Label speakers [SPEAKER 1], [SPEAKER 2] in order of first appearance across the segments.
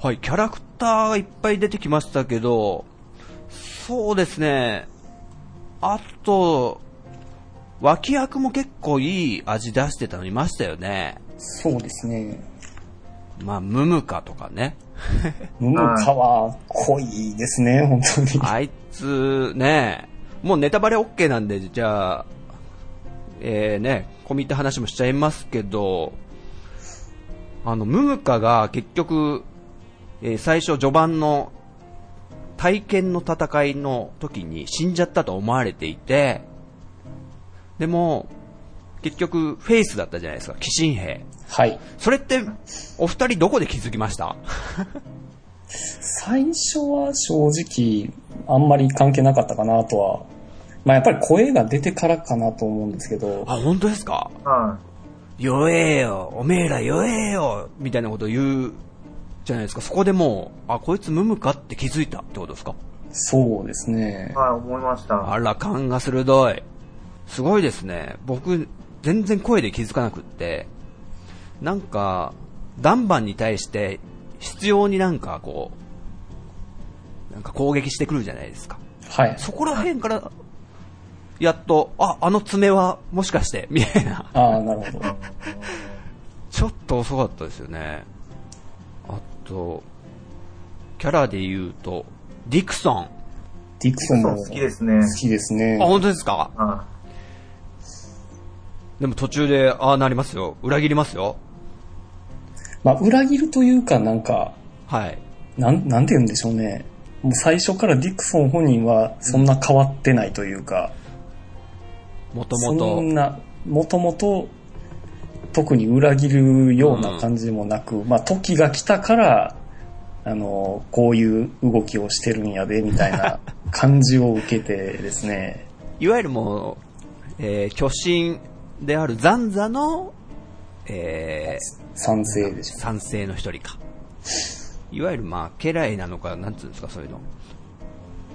[SPEAKER 1] はい、キャラクターがいっぱい出てきましたけど、そうですね、あと、脇役も結構いい味出してたのいましたよね。
[SPEAKER 2] そうですね。
[SPEAKER 1] まあ、ムムカとかね。
[SPEAKER 2] ムムカは濃いですね、本当 に。
[SPEAKER 1] あいつ、ね、もうネタバレ OK なんで、じゃあ、えーね、コミット話もしちゃいますけど、あの、ムムカが結局、えー最初序盤の体験の戦いの時に死んじゃったと思われていて、でも、結局、フェイスだったじゃないですか、鬼神兵。
[SPEAKER 2] はい。
[SPEAKER 1] それって、お二人どこで気づきました
[SPEAKER 2] 最初は正直、あんまり関係なかったかなとは。まあやっぱり声が出てからかなと思うんですけど、
[SPEAKER 1] あ、本当ですか
[SPEAKER 3] うん。
[SPEAKER 1] 弱えよ、おめえら弱えよ、みたいなこと言うじゃないですか。そこでもう、あ、こいつムムかって気づいたってことですか
[SPEAKER 2] そうですね。
[SPEAKER 3] はい、思いました。
[SPEAKER 1] あら、勘が鋭い。すごいですね。僕、全然声で気づかなくって、なんか、ダンバンに対して、必要になんかこう、なんか攻撃してくるじゃないですか。
[SPEAKER 2] はい。
[SPEAKER 1] そこら辺から、やっと、あ、あの爪は、もしかして、みたいな。
[SPEAKER 2] ああ、なるほど。
[SPEAKER 1] ちょっと遅かったですよね。あと、キャラで言うと、ディクソン。あ、
[SPEAKER 2] ディクソンも
[SPEAKER 3] 好きですね。
[SPEAKER 2] 好きですね。
[SPEAKER 1] 本当ですか
[SPEAKER 3] うん。
[SPEAKER 1] でも途中で、ああなりますよ。裏切りますよ。
[SPEAKER 2] まあ裏切るというかなんか、
[SPEAKER 1] はい。
[SPEAKER 2] なん、なんて言うんでしょうね。もう最初からディクソン本人はそんな変わってないというか、
[SPEAKER 1] もと
[SPEAKER 2] そ
[SPEAKER 1] もと
[SPEAKER 2] ん。な、もともと特に裏切るような感じもなく、まあ時が来たから、あの、こういう動きをしてるんやで、みた いな感じを受けてですね。
[SPEAKER 1] いわゆるもう、えー、巨神であるザンザの、え
[SPEAKER 2] 賛成でし
[SPEAKER 1] ー、
[SPEAKER 2] ょ。
[SPEAKER 1] 賛成の一人か。いわゆるまあ、家来なのか、なんつうんですか、そういうの。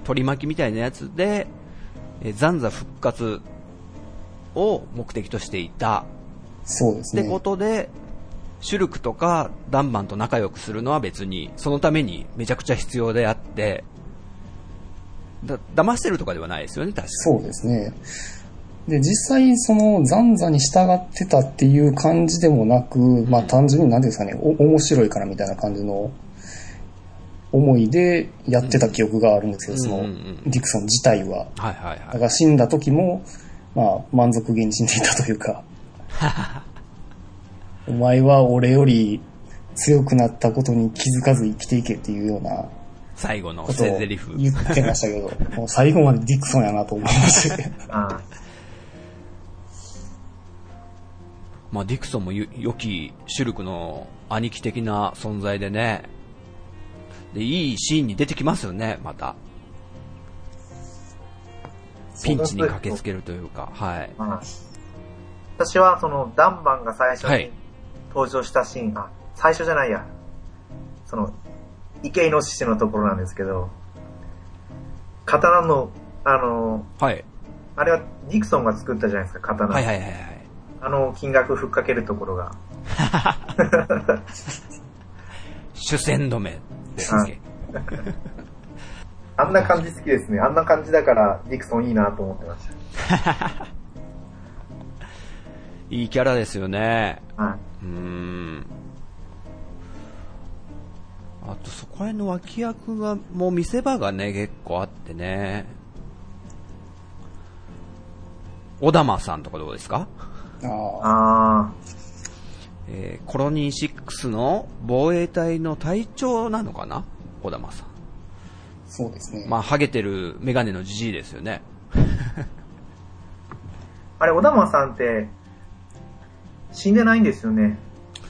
[SPEAKER 1] 取り巻きみたいなやつで、えー、ザンザ復活を目的としていた
[SPEAKER 2] そうです
[SPEAKER 1] ってこ
[SPEAKER 2] ね。
[SPEAKER 1] とで、シュルクとかダンバンと仲良くするのは別に、そのためにめちゃくちゃ必要であって、だ騙してるとかではないですよね、確か
[SPEAKER 2] そうですね。で、実際、その、残座に従ってたっていう感じでもなく、まあ単純に何ですかね、お、面白いからみたいな感じの思いでやってた記憶があるんですけど、そ
[SPEAKER 1] うん
[SPEAKER 2] の
[SPEAKER 1] うんうん、
[SPEAKER 2] ディクソン自体は。
[SPEAKER 1] に。はいはいは
[SPEAKER 2] だ
[SPEAKER 1] い。
[SPEAKER 2] から死んだ時も、まあ、満足げに死んでいたとい うか、お前は俺より強くなったことに気づかず生きていけっていうような
[SPEAKER 1] 最後の
[SPEAKER 2] こと
[SPEAKER 1] セ
[SPEAKER 2] を
[SPEAKER 1] ゼリフ。
[SPEAKER 2] 言ってましたけ ど、もう最後までディクソンやなと思いましたけど。
[SPEAKER 3] うん。
[SPEAKER 1] まあ、ディクソンもよ良きシュルクの兄貴的な存在でね、で、いいシーンに出てきますよね、また。ピンチに駆けつけるというか、はい。
[SPEAKER 3] うん私はそのダンバンが最初
[SPEAKER 1] はい
[SPEAKER 3] に登場したシーンが、最初じゃないや、その、池イノシシのところなんですけど、刀の、あの、
[SPEAKER 1] はい。
[SPEAKER 3] あれはディクソンが作ったじゃないですか、刀。
[SPEAKER 1] はいはいはいはい。
[SPEAKER 3] あの、金額ふっかけるところが。
[SPEAKER 1] 主戦止めですっけ。
[SPEAKER 3] あんな感じ好きですね。あんな感じだから、ディクソンいいなと思ってまし
[SPEAKER 1] いいキャラですよね。
[SPEAKER 3] た。は
[SPEAKER 1] う
[SPEAKER 3] い。
[SPEAKER 1] ーん。あと、そこら辺の脇役が、もう見せ場がね、結構あってね。小玉さんとかどうですか
[SPEAKER 2] ああ、
[SPEAKER 3] あ
[SPEAKER 1] えーコロニー6の防衛隊の隊長なのかな小玉さん。
[SPEAKER 2] そうですね。
[SPEAKER 1] まあ、ハゲてるメガネのじじいですよね。
[SPEAKER 3] ー。あれ、小玉さんって、死んでないんですよね。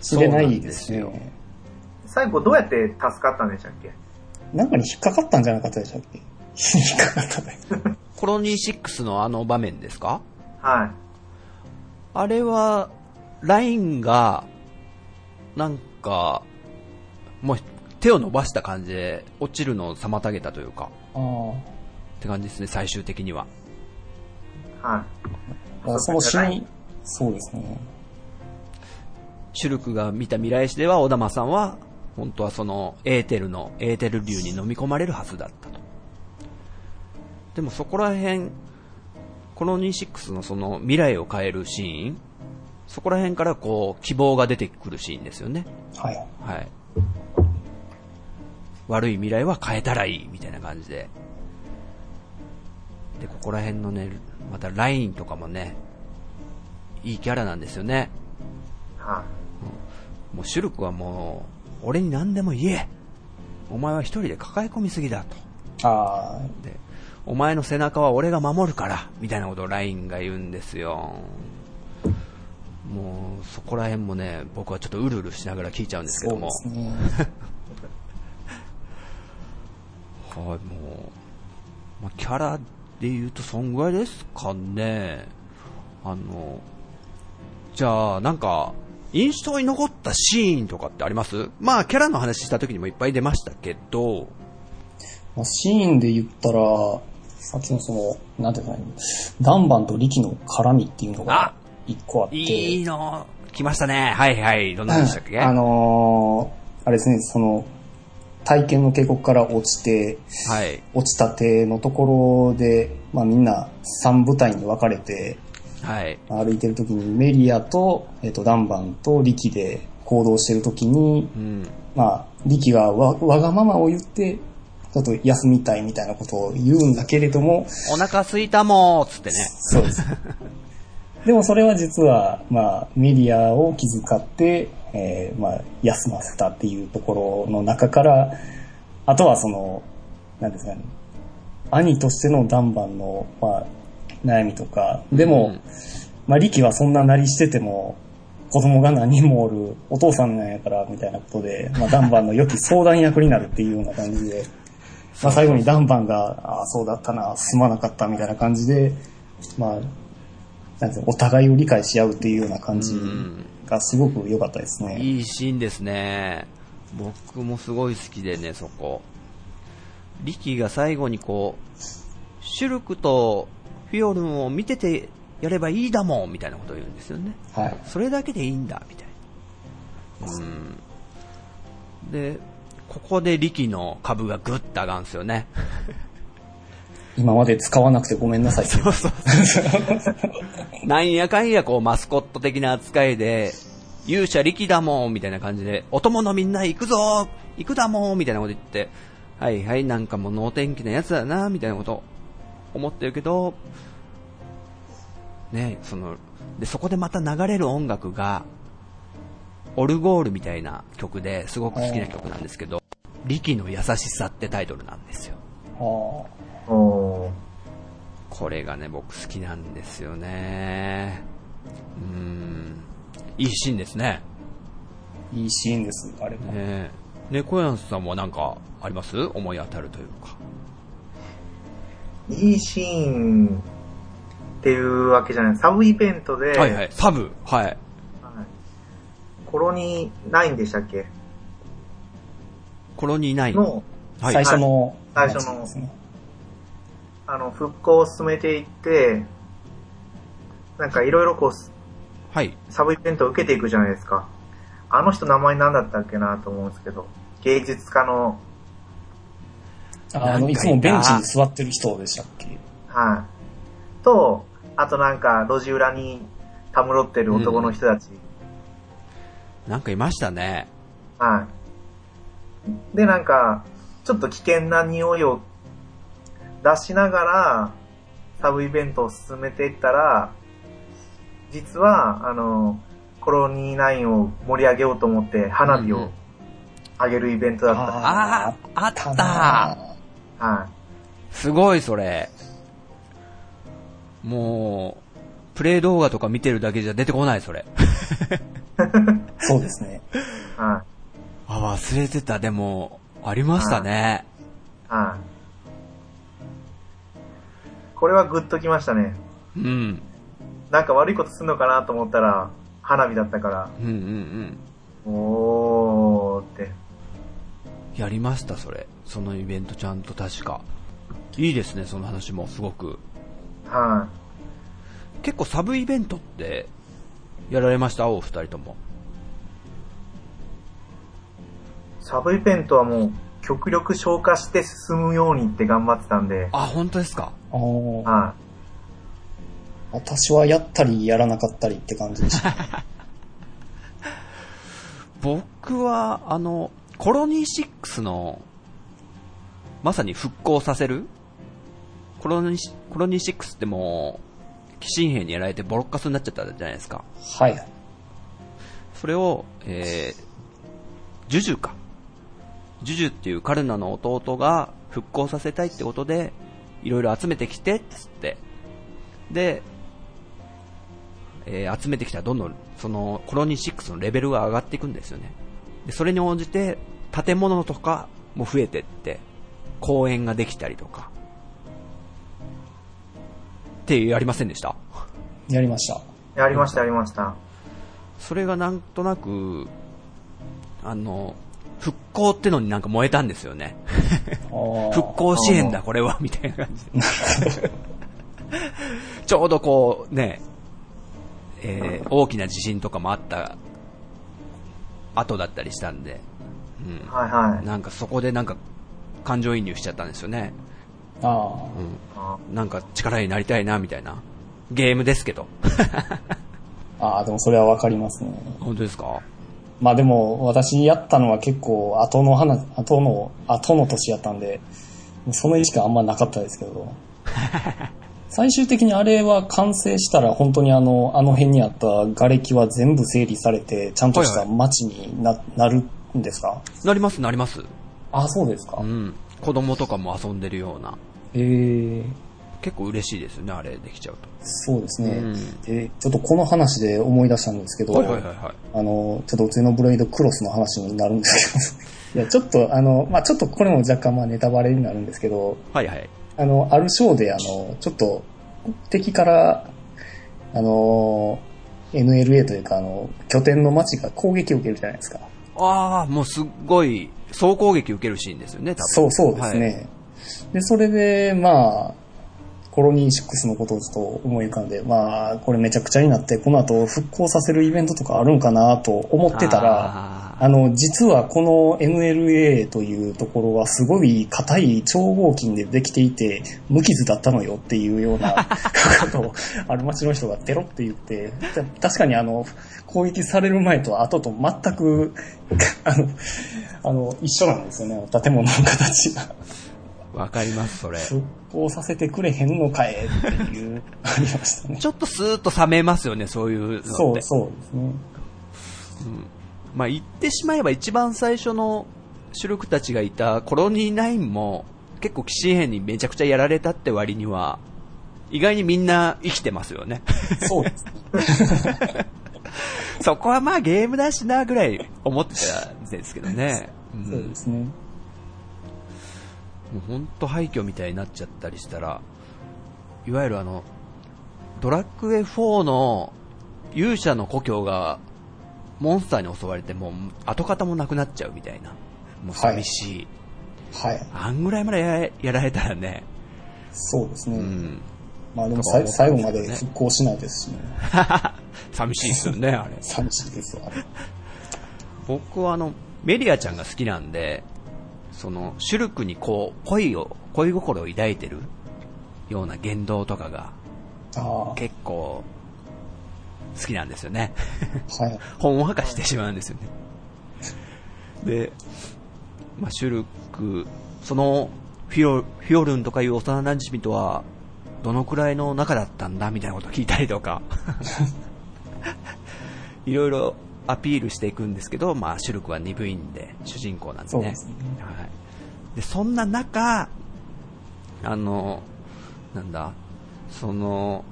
[SPEAKER 2] 知れないです
[SPEAKER 1] そうなんです
[SPEAKER 2] ね。
[SPEAKER 3] 最後どうやって助かったんでしたっけ
[SPEAKER 2] なんかに引っかかったんじゃなかったでしたっけ 引っかかったね。
[SPEAKER 1] コロニー6のあの場面ですか
[SPEAKER 3] はい。
[SPEAKER 1] あれは、ラインが、なんか、もう手を伸ばした感じで落ちるのを妨げたというか、
[SPEAKER 2] ああ。
[SPEAKER 1] って感じですね、最終的には。
[SPEAKER 3] はい。
[SPEAKER 2] だからその死に、そうですね。
[SPEAKER 1] シュルクが見た未来史では、小玉さんは、本当はそのエーテルの、エーテル流に飲み込まれるはずだったと。でもそこら辺、この26のその未来を変えるシーン、そこら辺からこう希望が出てくるシーンですよね。
[SPEAKER 2] はい。
[SPEAKER 1] はい。悪い未来は変えたらいい、みたいな感じで。で、ここら辺のね、またラインとかもね、いいキャラなんですよね。
[SPEAKER 3] は
[SPEAKER 1] もうシュルクはもう、俺に何でも言えお前は一人で抱え込みすぎだと。
[SPEAKER 2] あ
[SPEAKER 1] で、お前の背中は俺が守るから、みたいなことをラインが言うんですよ。もう、そこら辺もね、僕はちょっとうるうるしながら聞いちゃうん
[SPEAKER 2] ー
[SPEAKER 1] ですけ
[SPEAKER 2] そ
[SPEAKER 1] ど
[SPEAKER 2] うで
[SPEAKER 1] も。
[SPEAKER 2] すね。
[SPEAKER 1] はい、もう、まあ、キャラで言うとそんぐらいですかね。あの、じゃあ、なんか、印象に残ったシーンとかってありますまあ、キャラの話した時にもいっぱい出ましたけど、
[SPEAKER 2] まあ、シーンで言ったら、さっきのその、なんていうかね、ダンバンと力の絡みっていうのが
[SPEAKER 1] あ
[SPEAKER 2] 一個あって、
[SPEAKER 1] いいの、来ましたね。はいはい、どんな
[SPEAKER 2] うん
[SPEAKER 1] でしたっけ
[SPEAKER 2] あのーあれですね、その、体験の渓谷から落ちて、
[SPEAKER 1] はい、
[SPEAKER 2] 落ちたてのところで、まあみんな三部隊に分かれて
[SPEAKER 1] はい、
[SPEAKER 2] 歩いてる時にメリアと、えっと、ダンバンとリキで行動してる時に、
[SPEAKER 1] うん、
[SPEAKER 2] まあ、リキがわわがままを言って、ちょっと休みたいみたいなことを言うんだけれども、
[SPEAKER 1] お腹すいたもーつってね。
[SPEAKER 2] そうです。 でもそれは実は、まあ、メディアを気遣って、えーまあ、休ませたっていうところの中から、あとはその、なんですかね、兄としてのダンバンの、まあ、悩みとか、でも、
[SPEAKER 1] うん
[SPEAKER 2] まあ、リキはそんななりしてても、子供が何人もおる、お父さんなんやから、みたいなことで、 まあ、ダンバンの良き相談役になるっていうような感じで、まあ、最後にダンバンが、ああ、そうだったな、すまなかった、みたいな感じで、まあ、なんていうのお互いを理解し合うっていうような感じ
[SPEAKER 1] ん
[SPEAKER 2] がすごく良かったですね。
[SPEAKER 1] いいシーンですね。僕もすごい好きでね、そこ。リキが最後にこう、シュルクとフィオルンを見ててやればいいだもんみたいなことを言うんですよね。
[SPEAKER 2] はい。
[SPEAKER 1] それだけでいいんだ、みたいな。うん。で、ここでリキの株がぐっと上がるんですよね。
[SPEAKER 2] 今まで使わなくてごめんなさいっていう。
[SPEAKER 1] なんやかんやこうマスコット的な扱いで、勇者力だもんみたいな感じで、お供のみんな行くぞ行くだもんみたいなこと言って、はいはいなんかもう能天気なやつだなみたいなこと思ってるけど、ね、その、で、そこでまた流れる音楽が、オルゴールみたいな曲ですごく好きな曲なんですけど、力の優しさってタイトルなんですよ。
[SPEAKER 2] あ
[SPEAKER 3] い。おー
[SPEAKER 1] これがね、僕好きなんですよね。うーん。いいシーンですね。
[SPEAKER 2] ーいいシーンです、あれも。
[SPEAKER 1] ねえ。ね、小山さんはなんかあります思い当たるというか。
[SPEAKER 3] いいシーンっていうわけじゃない。サブイベントで、
[SPEAKER 1] はいはい。サブ。はい。
[SPEAKER 3] はいコロニー9でしたっけ
[SPEAKER 1] コロニーナイン。
[SPEAKER 3] の、
[SPEAKER 1] はい
[SPEAKER 2] 最初の、
[SPEAKER 3] はい最初の
[SPEAKER 2] ですね。
[SPEAKER 3] あの、復興を進めていって、なんかいろいろこう、
[SPEAKER 1] はい。
[SPEAKER 3] サブイベントを受けていくじゃないですか。あの人名前何だったっけなと思うんですけど、芸術家の、
[SPEAKER 2] あの、
[SPEAKER 1] なんかい
[SPEAKER 2] い
[SPEAKER 1] た
[SPEAKER 2] つもベンチに座ってる人でしたっけ
[SPEAKER 3] はい。と、あとなんか路地裏にたむろってる男の人たち、
[SPEAKER 1] なんかいましたね。
[SPEAKER 3] はい。で、なんか、ちょっと危険な匂いを出しながら、サブイベントを進めていったら、実は、あの、コロニー9を盛り上げようと思って花火
[SPEAKER 1] うんうん
[SPEAKER 3] を上げるイベントだった。
[SPEAKER 1] あーあったな
[SPEAKER 3] はい。
[SPEAKER 1] すごいそれ。もう、プレイ動画とか見てるだけじゃ出てこないそれ。
[SPEAKER 2] そうですね。
[SPEAKER 3] はい。
[SPEAKER 1] あ、忘れてた。でも、ありましたね。
[SPEAKER 3] はい。これはグッときましたね。
[SPEAKER 1] うん。
[SPEAKER 3] なんか悪いことすんのかなと思ったら、花火だったから、
[SPEAKER 1] うんうんうん。
[SPEAKER 3] おーって。
[SPEAKER 1] やりました、それ。そのイベントちゃんと確か。いいですね、その話も、すごく。
[SPEAKER 3] は
[SPEAKER 1] 結構サブイベントって、やられました、お二人とも。
[SPEAKER 3] サブイベントはもう極力消化して進むようにって頑張ってたんで、
[SPEAKER 1] あ、本当ですか。
[SPEAKER 2] ああ、
[SPEAKER 3] は
[SPEAKER 2] 私はやったりやらなかったりって感じで した。
[SPEAKER 1] 僕は、あの、コロニー6の、まさに復興させるコロニー、コロニー6ってもう、寄進兵にやられてボロッカスになっちゃったじゃないですか。
[SPEAKER 2] はいはい。
[SPEAKER 1] それを、えー、ジュジュか。ジュジュっていうカルナの弟が復興させたいってことで、いろいろ集めてきて、つって。で、えー集めてきたらどんどん、その、コロニー6のレベルが上がっていくんですよね。でそれに応じて、建物とかも増えてって、公園ができたりとか。ってやりませんでした
[SPEAKER 2] やりました。
[SPEAKER 3] い。やりました、やりました。
[SPEAKER 1] それがなんとなく、あの、復興ってのになんか燃えたんですよね。
[SPEAKER 2] あー
[SPEAKER 1] 復興支援だ、これは、みたいな感じで。ちょうどこう、ね、えー大きな地震とかもあった後だったりしたんで、う
[SPEAKER 3] はいは
[SPEAKER 1] ん。
[SPEAKER 3] い。
[SPEAKER 1] なんかそこでなんか感情移入しちゃったんですよね。
[SPEAKER 2] ああ。
[SPEAKER 3] あ
[SPEAKER 1] なんか力になりたいな、みたいな。ゲームですけど。
[SPEAKER 2] ああ、でもそれはわかりますね。
[SPEAKER 1] 本当ですか
[SPEAKER 2] まあでも、私やったのは結構後の話、後の、後の年やったんで、その意識はあんまなかったです けど。最終的にあれは完成したら本当にあの、あの辺にあった瓦礫は全部整理されて、ちゃんとした街にな、なるんですか
[SPEAKER 1] なります、なります。
[SPEAKER 2] あ、そうですか
[SPEAKER 1] う。ん。子供とかも遊んでるような。
[SPEAKER 2] えー、
[SPEAKER 1] 結構嬉しいですよね、あれできちゃうと。
[SPEAKER 2] そうですね、
[SPEAKER 1] うん
[SPEAKER 2] でちょっとこの話で思い出したんですけど、
[SPEAKER 1] はいはいはいはい。
[SPEAKER 2] あの、ちょっとゼノブレイドクロスの話になるんですけど、いや、ち ょっと、あの、まあ、ちょっとこれも若干、まあ、ネタバレになるんですけど、
[SPEAKER 1] はいはい。
[SPEAKER 2] あの、あるショーで、あの、ちょっと、敵から、あの、NLA というか、あの、拠点の街が攻撃を受けるじゃないですか。
[SPEAKER 1] ああ、もうすっごい、総攻撃受けるシーンですよね、多分。
[SPEAKER 2] そう、そうです
[SPEAKER 1] はい。
[SPEAKER 2] ね。で、それで、まあ、コロニー6のことをちょっと思い浮かんで、まあ、これめちゃくちゃになって、この後復興させるイベントとかあるんかなと思ってたら、
[SPEAKER 1] あ
[SPEAKER 2] あの、実はこの NLA というところはすごい硬い超合金でできていて、無傷だったのよっていうようなことを、ある町の人がテロって言って、た確かにあの、攻撃される前と後と全く、あの、あの、一緒なんですよね、あの建物の形が。
[SPEAKER 1] ーわかります、それ。
[SPEAKER 2] 復興させてくれへんのかえっていう、ありましたね。
[SPEAKER 1] ちょっとスーッと冷めますよね、そういうのって。
[SPEAKER 2] そう、そうですね。
[SPEAKER 1] まあ言ってしまえば一番最初の主力たちがいたコロニー9も、結構、騎士兵にめちゃくちゃやられたって割には、意外にみんな生きてますよね。
[SPEAKER 2] そうですね。
[SPEAKER 1] そこはまあゲームだしな、ぐらい思ってたんですけどね。うん
[SPEAKER 2] そうですね。
[SPEAKER 1] もうほんと廃墟みたいになっちゃったりしたら、いわゆるあの、ドラクエ4の勇者の故郷がモンスターに襲われてもう跡形もなくなっちゃうみたいな。もう寂しい。
[SPEAKER 2] はい。
[SPEAKER 1] あんぐらいまでややられたらね。
[SPEAKER 2] そうですね。
[SPEAKER 1] うん。
[SPEAKER 2] まあでも
[SPEAKER 1] とか思
[SPEAKER 2] さ
[SPEAKER 1] った
[SPEAKER 2] い最後
[SPEAKER 1] んです
[SPEAKER 2] ま
[SPEAKER 1] よね
[SPEAKER 2] で復興しないですしね。
[SPEAKER 1] 寂しいですよね、あれ。
[SPEAKER 2] 寂しいですわ。
[SPEAKER 1] 僕はあの、メリアちゃんが好きなんで、その、シュルクにこう、恋を、恋心を抱いてるような言動とかが
[SPEAKER 2] あ
[SPEAKER 1] 結構好きなんですよね。
[SPEAKER 2] あ、はい。
[SPEAKER 1] ほんわかしてしまうんですよね。で、まあ、シュルク、そのフィオ、フィオルンとかいう幼馴染とは、どのくらいの仲だったんだみたいなこと聞いたりとか、 いろいろアピールしていくんですけど、まあ、シュルクは鈍いんで、主人公なんで
[SPEAKER 2] そう
[SPEAKER 1] ね
[SPEAKER 2] で。すね。
[SPEAKER 1] はい、でそんな中、あの、なんだ、その、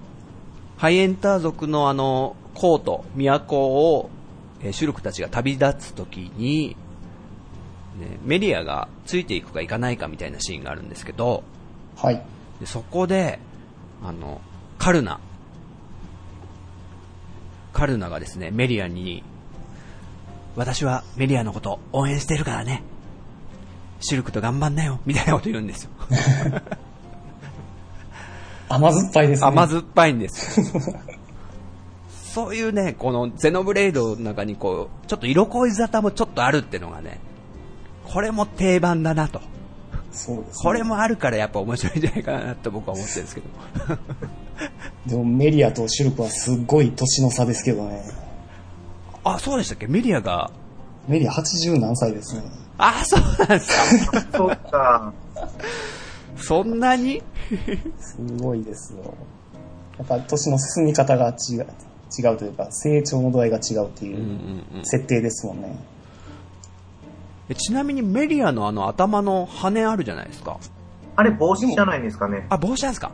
[SPEAKER 1] ハイエンター族のあの、コート、都を、えーシュルクたちが旅立つときに、ね、メリアがついていくか行かないかみたいなシーンがあるんですけど、
[SPEAKER 2] はい。
[SPEAKER 1] でそこで、あの、カルナ。カルナがですね、メリアに、私はメリアのこと応援してるからね。シルクと頑張んなよ、みたいなこと言うんですよ。
[SPEAKER 2] 甘酸っぱいですね。
[SPEAKER 1] 甘酸っぱいんです よ。そういうね、このゼノブレイドの中にこう、ちょっと色恋沙汰もちょっとあるってのがね、これも定番だなと。
[SPEAKER 2] そうです、ね。
[SPEAKER 1] これもあるからやっぱ面白いんじゃないかなと僕は思ってるんですけど。
[SPEAKER 2] でもメリアとシルクはすっごい年の差ですけどね。
[SPEAKER 1] あ、そうでしたっけメディアが。
[SPEAKER 2] メリア80何歳ですね。
[SPEAKER 1] あ、そうなんですか。
[SPEAKER 3] そっか。
[SPEAKER 1] そんなに
[SPEAKER 2] すごいですよ。やっぱ年の進み方が違う、違うというか、成長の度合いが違うってい
[SPEAKER 1] うんうん
[SPEAKER 2] う
[SPEAKER 1] うん
[SPEAKER 2] 設定ですもんね。
[SPEAKER 1] えちなみにメリアのあの頭の羽あるじゃないですか。
[SPEAKER 3] あれ帽子じゃないんですかね。
[SPEAKER 1] あ、帽子なんですか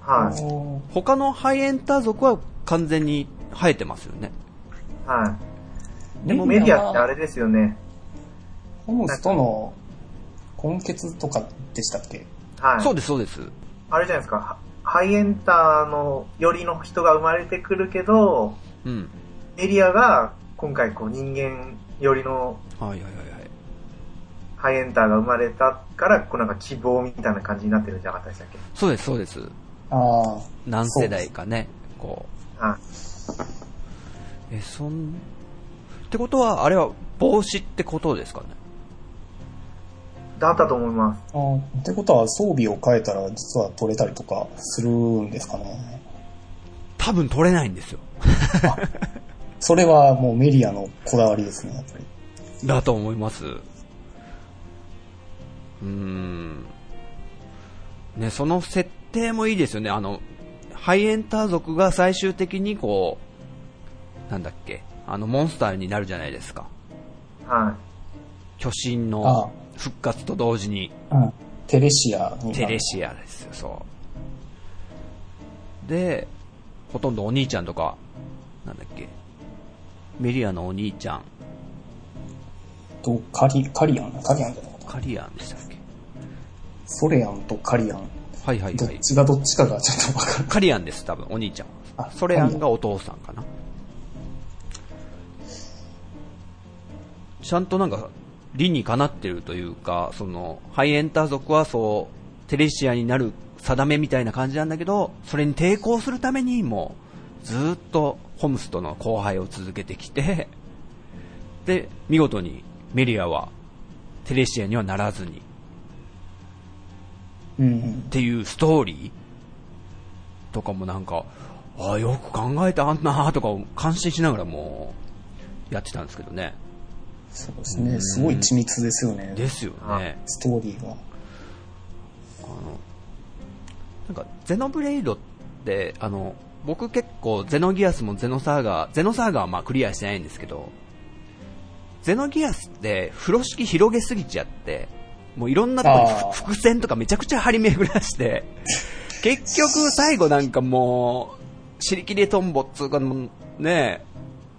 [SPEAKER 3] はい。
[SPEAKER 2] おー
[SPEAKER 1] 他のハイエンター族は完全に生えてますよね。
[SPEAKER 3] は
[SPEAKER 1] で
[SPEAKER 3] い。
[SPEAKER 1] も
[SPEAKER 3] メディア
[SPEAKER 2] は
[SPEAKER 3] ってあれですよね。
[SPEAKER 2] ホムスとの根結とかでしたっけ
[SPEAKER 3] はい。
[SPEAKER 1] そうです、そうです。
[SPEAKER 3] あれじゃないですか、ハハイエンターの寄りの人が生まれてくるけど、
[SPEAKER 1] うん。
[SPEAKER 3] エリアが今回こう人間寄りの
[SPEAKER 1] はいはいはいはい。
[SPEAKER 3] ハイエンターが生まれたから、こうなんか希望みたいな感じになってるんじゃなかったでしたっけ
[SPEAKER 1] そうです、そうです。
[SPEAKER 2] ああ、
[SPEAKER 1] 何世代かね。こう。
[SPEAKER 3] あ
[SPEAKER 1] え、そん、ってことは、あれは帽子ってことですかね。
[SPEAKER 3] だったと思います。
[SPEAKER 2] あーってことは装備を変えたら実は取れたりとかするんですかね。
[SPEAKER 1] 多分取れないんですよ。
[SPEAKER 2] それはもうメディアのこだわりですね、やっぱり。
[SPEAKER 1] だと思います。うーん。ね、その設定もいいですよね。あの、ハイエンター族が最終的にこう、なんだっけ、あのモンスターになるじゃないですか。
[SPEAKER 3] は
[SPEAKER 1] 巨神
[SPEAKER 2] ああ
[SPEAKER 1] の復活と同時に、
[SPEAKER 2] うん。テレシアに。
[SPEAKER 1] テレシアですよ、そう。で、ほとんどお兄ちゃんとか、なんだっけ、メリアのお兄ちゃん、
[SPEAKER 2] とカリ、カリアンカリアンじゃなかった。
[SPEAKER 1] カリアンでしたっけ
[SPEAKER 2] ソレアンとカリアン。
[SPEAKER 1] はいはい
[SPEAKER 2] ど
[SPEAKER 1] は
[SPEAKER 2] っ
[SPEAKER 1] い。
[SPEAKER 2] ちがどっちかがちょっとわかる。
[SPEAKER 1] カリアンです、多分、お兄ちゃんは。
[SPEAKER 2] あ
[SPEAKER 1] それアンがお父さんかな。ちゃんとなんか、理にかなってるというか、その、ハイエンター族はそう、テレシアになる定めみたいな感じなんだけど、それに抵抗するためにもう、ずーっとホムスとの後輩を続けてきて、で、見事にメリアは、テレシアにはならずに、
[SPEAKER 2] うん、
[SPEAKER 1] っていうストーリーとかもなんか、ああ、よく考えたなとかを感心しながらもうやってたんですけどね。
[SPEAKER 2] そうですね。すごい緻密ですよね。
[SPEAKER 1] ですよね。
[SPEAKER 2] ストーリーが。
[SPEAKER 1] なんか、ゼノブレイドって、あの、僕結構ゼノギアスもゼノサーガー、ゼノサーガーはまあクリアしてないんですけど、ゼノギアスって風呂敷広げすぎちゃって、もういろんなとこに
[SPEAKER 2] あー
[SPEAKER 1] 伏線とかめちゃくちゃ張り巡らして、 結局最後なんかもう、尻切れトンボっつうかもうね、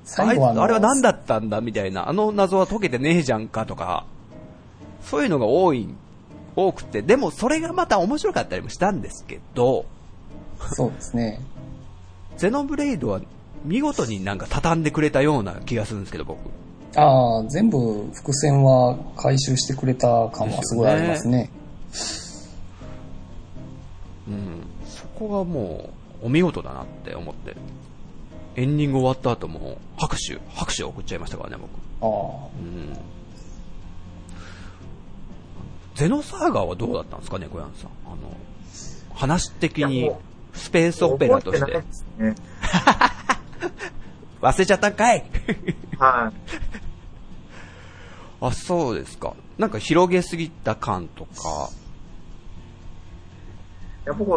[SPEAKER 1] あ
[SPEAKER 2] 最
[SPEAKER 1] い
[SPEAKER 2] 後は
[SPEAKER 1] あれは何
[SPEAKER 2] だ
[SPEAKER 1] だったんだみたいな、あの謎は解けてねえじゃんかとか、そういうのが多い、多くて、でもそれがまた面白かったりもしたんですけど、
[SPEAKER 2] そうですね。
[SPEAKER 1] ゼノブレイドは見事になんか畳んでくれたような気がするんですけど、僕。
[SPEAKER 2] ああ、全部伏線は回収してくれた感はすごいありますね。
[SPEAKER 1] うん。そこがもう、お見事だなって思って。エンディング終わった後も、拍手、拍手を送っちゃいましたからね、僕。
[SPEAKER 2] ああ。
[SPEAKER 1] うん。ゼノサーガーはどうだったんですかね、小山さん。あの、話的
[SPEAKER 3] い
[SPEAKER 1] に
[SPEAKER 3] やも、
[SPEAKER 1] スペースオペラとし
[SPEAKER 3] 覚えな
[SPEAKER 1] て
[SPEAKER 3] いで。すね。
[SPEAKER 1] 忘れちゃったんかい
[SPEAKER 3] はい。
[SPEAKER 1] あ、そうですか。なんか広げすぎた感とか。
[SPEAKER 3] いや僕、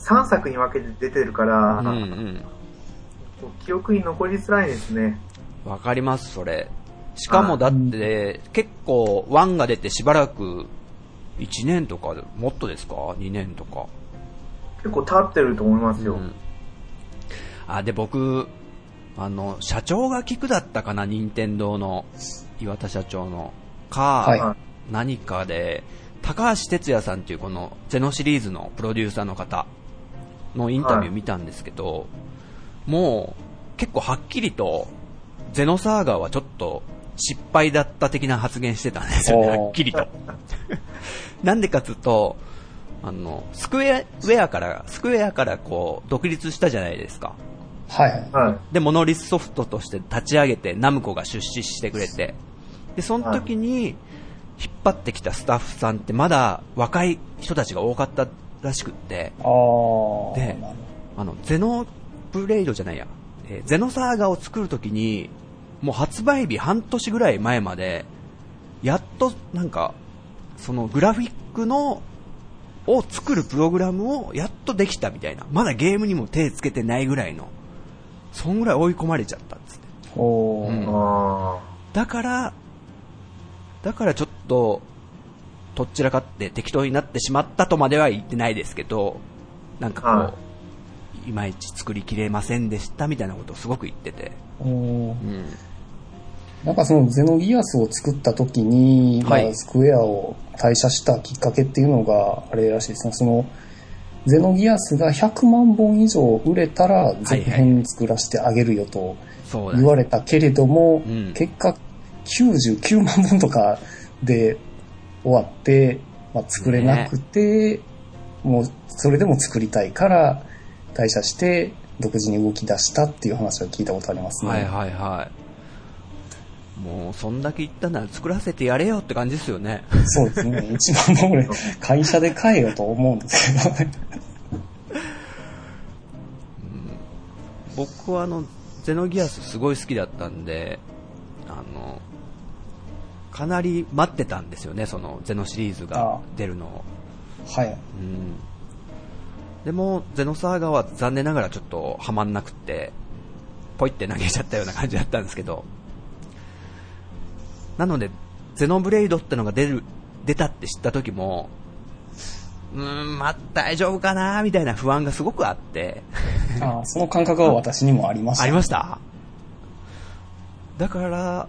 [SPEAKER 3] 3作に分けて出てるから、
[SPEAKER 1] うんうん。
[SPEAKER 3] こう記憶に残りづらいですね。
[SPEAKER 1] わかります、それ。しかもだって、結構、ワンが出てしばらく、1年とか、もっとですか ?2 年とか。
[SPEAKER 3] 結構経ってると思いますよ。
[SPEAKER 1] うんあ、で、僕、あの、社長が聞くだったかな、任天堂の、岩田社長の、か、
[SPEAKER 2] はい
[SPEAKER 3] は
[SPEAKER 1] 何かで、高橋哲也さんっていうこのゼノシリーズのプロデューサーの方のインタビュー見たんですけど、もう結構はっきりと、ゼノサーガーはちょっと失敗だった的な発言してたんですよね、
[SPEAKER 2] おー
[SPEAKER 1] はっきりと。 なんでかっつうと、あの、スクエアウェアから、スクエアからこう、独立したじゃないですか。
[SPEAKER 2] はい。
[SPEAKER 3] い。はい。
[SPEAKER 1] で、モノリスソフトとして立ち上げて、ナムコが出資してくれて、で、その時に、引っ張ってきたスタッフさんってまだ若い人たちが多かったらしくって、
[SPEAKER 2] ああ。
[SPEAKER 1] で
[SPEAKER 2] なる
[SPEAKER 1] あの、ゼノブレイドじゃないや、えーゼノサーガを作るときに、もう発売日半年ぐらい前まで、やっとなんか、そのグラフィックの、を作るプログラムをやっとできたみたいな。まだゲームにも手つけてないぐらいの。そんぐらい追い込まれちゃったっつって。
[SPEAKER 2] ほどおー、
[SPEAKER 1] うん
[SPEAKER 3] あ
[SPEAKER 1] だから、だからちょっと、とっちらかって適当になってしまったとまでは言ってないですけど、なんかこう、、
[SPEAKER 3] はい
[SPEAKER 1] まいち作りきれませんでしたみたいなことをすごく言ってて。
[SPEAKER 2] おー
[SPEAKER 1] うん。
[SPEAKER 2] なんかそのゼノギアスを作った時に、
[SPEAKER 1] はい
[SPEAKER 2] まあ、スクエアを退社したきっかけっていうのがあれらしいですね。そのゼノギアスが100万本以上売れたら続編作らせてあげるよと
[SPEAKER 1] そうだ
[SPEAKER 2] 言わ
[SPEAKER 1] ね。
[SPEAKER 2] れたけれども、
[SPEAKER 1] うん
[SPEAKER 2] 結果99万本とかで終わって、まあ、作れなくて、もうそれでも作りたいから退社して独自に動き出したっていう話は聞いたことありますね。
[SPEAKER 1] はいはいはい。もう、そんだけ言ったなら作らせてやれよって感じですよね。
[SPEAKER 2] そうです ね。一番も俺、会社で買えよと思うんで すけど。
[SPEAKER 1] 僕はあの、ゼノギアスすごい好きだったんで、あの、かなり待ってたんですよね、その、ゼノシリーズが出るのを。
[SPEAKER 2] はい。
[SPEAKER 1] うんでも、ゼノサーガは残念ながらちょっとはまんなくって、ポイって投げちゃったような感じだったんですけど、なので、ゼノブレイドってのが出る、出たって知った時も、うーん、まあ、大丈夫かなみたいな不安がすごくあって、
[SPEAKER 2] あその感覚は私にもありました。
[SPEAKER 1] ありましただから、